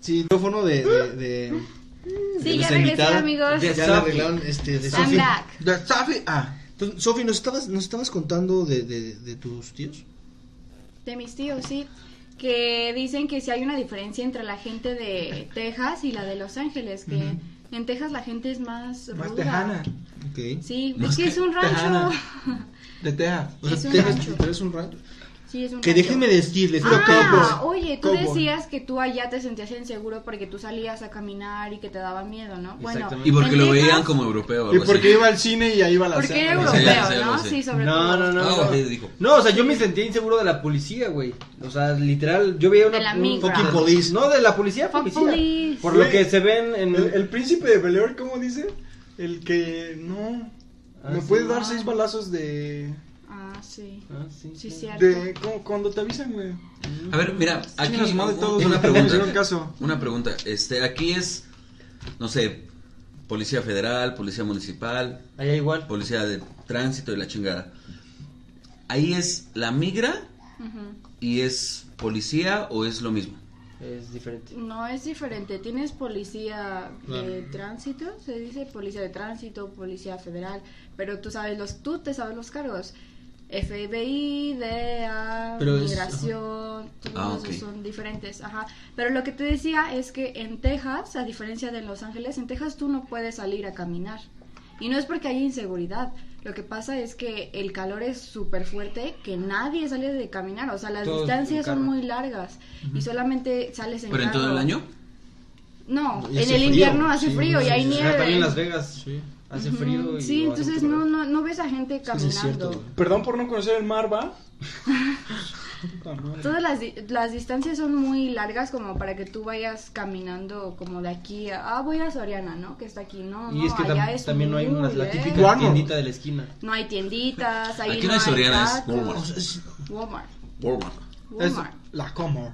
Sí, el micrófono de. de, de Sí, de ya nuestra regresé, invitada. amigos. Ya le arreglaron este, de I'm Sofi. back. De Safi. Ah. Entonces, Sofi, ¿nos estabas, ¿nos estabas contando de, de, de tus tíos? De mis tíos, sí. Que dicen que si hay una diferencia entre la gente de Texas y la de Los Ángeles, que en Texas la gente es más ruda. Más tejana. Ok. Sí, es que es un rancho. De Teja. O sea, Es un te- rancho. pero es un rancho. Sí, es un Que rancho. déjenme decirles, Ah, pues, copos. oye, tú Cowboy. decías que tú allá te sentías inseguro porque tú salías a caminar y que te daba miedo, ¿no? Bueno, Exactamente. Y porque en lo Texas- veían como europeo. o Y algo porque así. iba al cine y ahí iba a la Porque era cena. lo sé, europeo, lo sé, lo ¿no? sé. Sí, sobre No, todo. no, no. Ah, no. ok, dijo. No, o sea, yo me sentía inseguro de la policía, güey. O sea, literal, yo veía una. De la un- migra. Fucking police. No, de la policía, Fuck policía. police. Por lo que se ven en. Mm. El, el príncipe de Beleor, ¿cómo dice? El que no. Ah, me sí. puede dar seis balazos de. Ah, sí. Ah, sí. Sí, cierto. de como cuando te avisan, güey. A ver, mira, aquí Chingas madre un- todos, una no me hicieron pregunta. caso. Una pregunta. Este, aquí es, no sé, policía federal, policía municipal, Allá igual. policía de tránsito y la chingada. Ahí es la migra Ujú. y es policía o es lo mismo. Es diferente. No es diferente. Tienes policía de Claro. tránsito, se dice policía de tránsito, policía federal, pero tú sabes los, tú te sabes los cargos. FBI, DEA, Pero es- migración, todos Ah, esos ok. son diferentes, ajá. Pero lo que te decía es que en Texas, a diferencia de Los Ángeles, en Texas tú no puedes salir a caminar. Y no es porque haya inseguridad. Lo que pasa es que el calor es súper fuerte, que nadie sale de caminar. O sea, las Todos en distancias son carro. muy largas y solamente sales en Pero en todo carro. el año. No, Y en el hace frío. invierno hace Sí, frío y sí, hay sí. nieve. Ah, también en Las Vegas. Hace Ujú, frío. Y sí, hace entonces mucho no, calor. no, no ves a gente Sí, es cierto, caminando. güey. Perdón por no conocer el mar, va. Puta madre. Todas las, di- las distancias son muy largas como para que tú vayas caminando como de aquí a... Ah, voy a Soriana, ¿no? Que está aquí. No, Y es que no, allá tam- es ¿eh? también no hay muy una, la lejos. típica Walmart. tiendita de la esquina. No hay tienditas, ahí Aquí no no hay Soriana, es tacos. Walmart. Walmart. Walmart. Es Walmart. la Comor.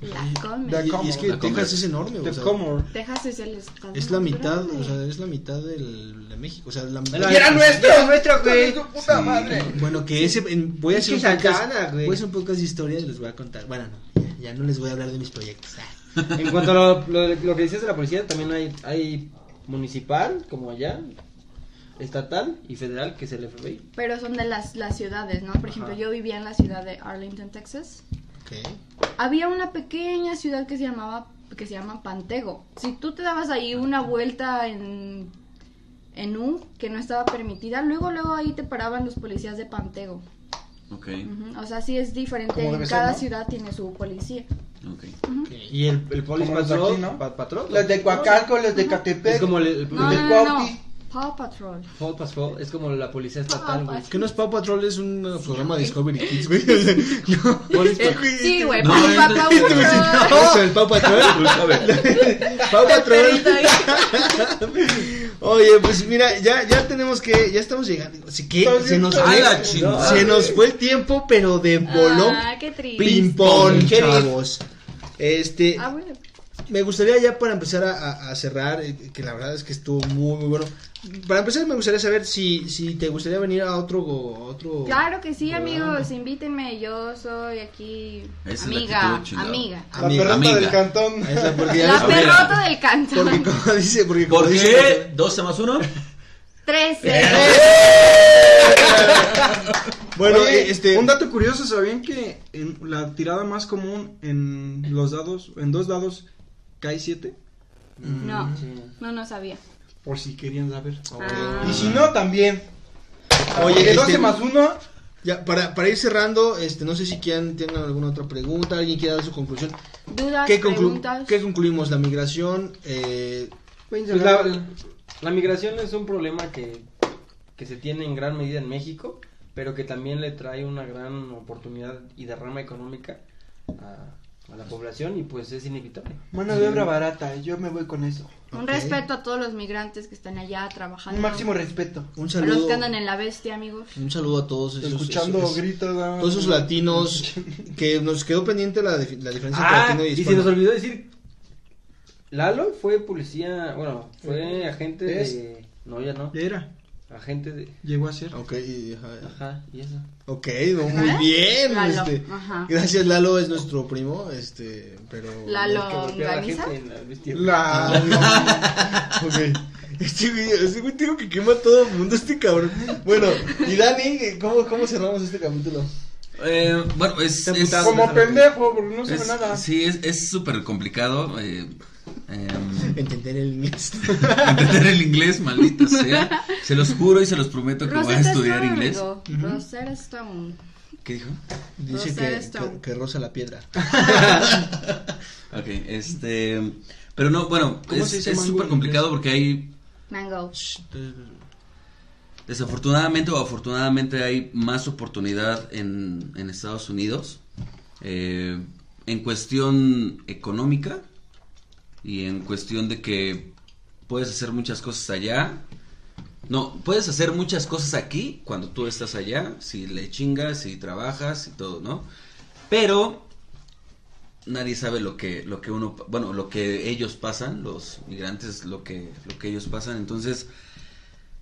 La Comer. de- Y, y es que La comer. Texas es enorme, o The sea, Comor. Texas es el estado Es la más mitad, grande. o sea, es la mitad del, de México, o sea, la mitad. Y era nuestro, Era nuestro, güey. Puta madre. Bueno, que ese. en- voy, a Es hacer un que podcast, Santana, güey. voy a hacer un podcast de historias y les voy a contar. Bueno, no, ya, ya no les voy a hablar de mis proyectos. Ah, En cuanto a lo, lo- lo que dices de la policía, también hay, hay municipal, como allá, estatal y federal, que es el FBI. Pero son de las, las ciudades, ¿no? Por ejemplo, Ajá. yo vivía en la ciudad de Arlington, Texas. ok. Había una pequeña ciudad que se llamaba que se llama Pantego. Si tú te dabas ahí una vuelta en en U que no estaba permitida, luego luego ahí te paraban los policías de Pantego. Ok, Ujú, O sea, sí es diferente, Como debe en ser, cada ¿no? ciudad tiene su policía. ok. Y el, el polis Como los de patrón, aquí, ¿no? pa- patrón, Los de Coacalco, los de Catepec. es como el, el- No, de no, no, no. Cuauhti. Paw Patrol. Paw Patrol es como la policía estatal, güey. Que no es Paw Patrol, es un uh, programa de Discovery Kids, güey. no, Eh, Sí, güey, No, Paw no, no, Paw no, Este güey sí, Patrol. no, es el Paw Patrol. Paw Patrol. Perrito ahí. Oye, pues mira, ya, ya tenemos que, ya estamos llegando. Así que Está bien, se nos, está fue, ¡Ay, la chingada! se nos fue el tiempo, pero de voló Ah, qué triste. ping pong, chavos. Este, Ah, bueno. me gustaría ya para empezar a, a- a cerrar, eh, que la verdad es que estuvo muy, muy bueno. Para empezar me gustaría saber si, si te gustaría venir a otro, go- a otro. Claro que sí, amigos, invítenme. Yo soy aquí Esa es la amiga, actitud chingada. amiga. La Amiga, perrota amiga. del cantón. Ahí está, porque ya La ves- amiga. perrota del cantón. porque como dice, porque como ¿Por dice- qué? ¿12 más 1? Eh. Trece. Bueno, Oye, eh, este. un dato curioso, ¿sabían que en la tirada más común en los dados, en dos dados, cae 7? No, no, no sabía. Por si querían saber. Ah. Y si no, también. Oye, Oye, este- 12 más 1. Ya, para, para ir cerrando, este, no sé si quieran, tienen alguna otra pregunta, alguien quiera dar su conclusión. Dudas, ¿Qué, conclu- preguntas. qué concluimos? La migración, eh, Pues la, la migración es un problema que, que se tiene en gran medida en México, pero que también le trae una gran oportunidad y derrama económica a, a la población y pues es inevitable. Mano de obra barata, yo me voy con eso. Un Ok. respeto a todos los migrantes que están allá trabajando. Un máximo respeto. un a los saludo. que andan en la bestia, amigos. Un saludo a todos esos, Escuchando esos- gritos. ah, todos esos latinos que nos quedó pendiente la, dif- la diferencia entre Ah, latino y y se hispano. nos olvidó decir, Lalo fue policía, bueno, fue agente Es. de... No, ya no, Era, agente de... llegó a ser. Ok, y- ajá. Ajá, y eso. Ok, no, muy bien. Lalo, este, ajá. Gracias, Lalo es nuestro primo, este, pero... Lalo. Que golpeó a la ¿Longaniza? gente en la bestia. La. ah, Ok. Este güey, este güey tengo que quemar a todo el mundo, este cabrón. Bueno, y Dani, ¿cómo, cómo cerramos este capítulo? Eh, bueno, es... es- Como pendejo, porque no sabe es- nada. Sí, es- es súper complicado. eh, em, Entender el inglés. entender el inglés, maldita sea. Se los juro y se los prometo que voy a Rosetta estudiar Stone, inglés. amigo. Rosetta Stone. ¿Qué dijo? Dice Rosa que, Stone. que, que rosa la piedra. Ok, este... Pero no, bueno, ¿Cómo es se dice es mango en súper complicado porque hay Mango. Desafortunadamente o afortunadamente hay más oportunidad en, en Estados Unidos eh, en cuestión económica y en cuestión de que puedes hacer muchas cosas allá. No, puedes hacer muchas cosas aquí cuando tú estás allá, si le chingas, si trabajas y todo, ¿no? Pero nadie sabe lo que lo que uno, bueno, lo que ellos pasan, los migrantes, lo que lo que ellos pasan, entonces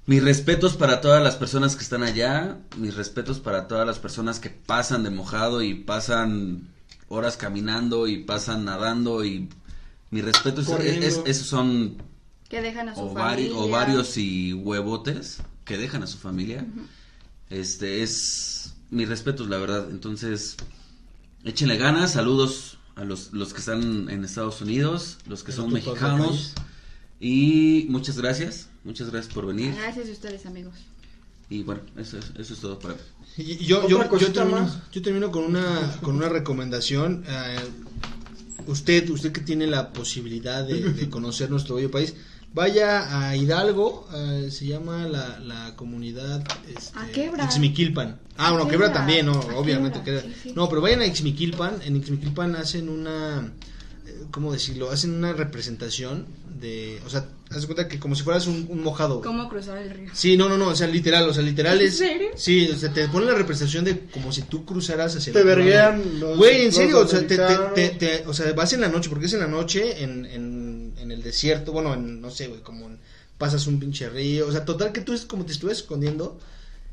mis respetos para todas las personas que están allá, mis respetos para todas las personas que pasan de mojado y pasan horas caminando y pasan nadando y mis respetos, es- Corriendo. es- esos son Que dejan a su o, vari- familia. o varios y huevotes que dejan a su familia. Este es mis respetos, la verdad. Entonces, échenle ganas, saludos a los, los que están en Estados Unidos, los que En son otro país. mexicanos. Y muchas gracias, muchas gracias por venir. Gracias a ustedes, amigos. Y bueno, eso, es- eso es todo para mí. Y- y Yo, Otra yo, yo, cosita termino, más. yo termino con una, con una recomendación. eh, usted, usted que tiene la posibilidad de, de conocer nuestro bello país, vaya a Hidalgo, eh, se llama la, la comunidad este, ¿A Quebra? Ixmiquilpan. Ah, ¿A bueno, Quebra? quebra también, no, ¿A obviamente. Quebra? Quebra. Sí, sí. No, pero vayan a Ixmiquilpan, en Ixmiquilpan hacen una, eh, ¿cómo decirlo? Hacen una representación de, o sea, haz de cuenta que como si fueras un, un mojado. güey. ¿Cómo cruzar el río? Sí, no, no, no, o sea, literal, o sea, literal ¿En es... serio? Sí, o sea, te ponen la representación de como si tú cruzaras hacia... el Te otro lado. verguean los- Güey, en los serio, o sea, te, te- americanos. te- te- o sea, vas en la noche, porque es en la noche, en, en, en el desierto, bueno, en, no sé, güey, como en- pasas un pinche río, o sea, total que tú es como te estuvieras escondiendo,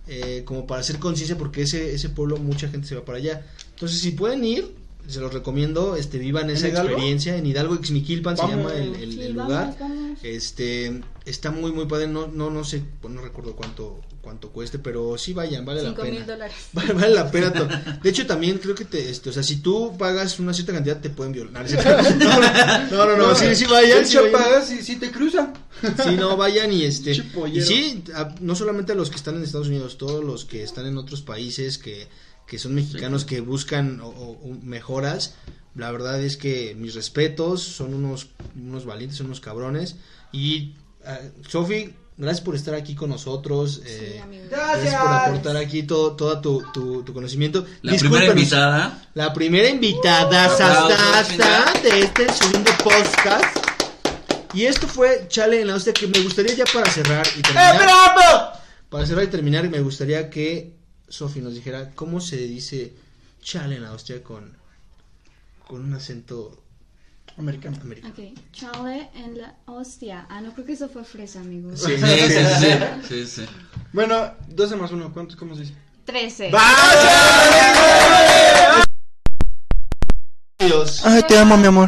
eh, como para hacer conciencia, porque ese, ese pueblo mucha gente se va para allá. Entonces, si pueden ir, se los recomiendo, este, vivan esa Hidalgo? experiencia, en Hidalgo, Ixmiquilpan se Vamos. llama el, el- Sí, el vamos, lugar. vamos. Este, está muy, muy padre. No, no, no sé, no recuerdo cuánto, cuánto cueste, pero sí vayan, vale la Cinco mil pena. dólares. Vale, vale la pena. to- De hecho, también creo que te, este, o sea, si tú pagas una cierta cantidad, te pueden violar. No, no, no, no, sí, sí vayan. El Sí, vayan. chapagas si, si te cruza. Sí, no, vayan y este. Che Y pollero. sí, a- no solamente a los que están en Estados Unidos, todos los que están en otros países que, que son mexicanos que buscan o- o- o mejoras. La verdad es que mis respetos, son unos, unos valientes, son unos cabrones. Y, ah, Sofi, Gracias por estar aquí con nosotros. Sí, eh, amigos. gracias por aportar aquí todo, todo tu, tu, tu conocimiento. La primera Discúlpenos. invitada. La primera invitada sa, sa, sa, de este segundo podcast. Y esto fue Chale en la hostia que me gustaría ya para cerrar y ¡Eh, terminar. Para cerrar y terminar, me gustaría que Sofi nos dijera cómo se dice Chale en la hostia con, con un acento Americano. americano. Ok, chale en la hostia. Ah, no creo que eso fue fresa, amigos. Sí, sí, sí, sí, sí, sí. Bueno, 12 más 1, ¿cuántos? ¿Cómo se dice? 13. Adiós. Ay, te amo, mi amor.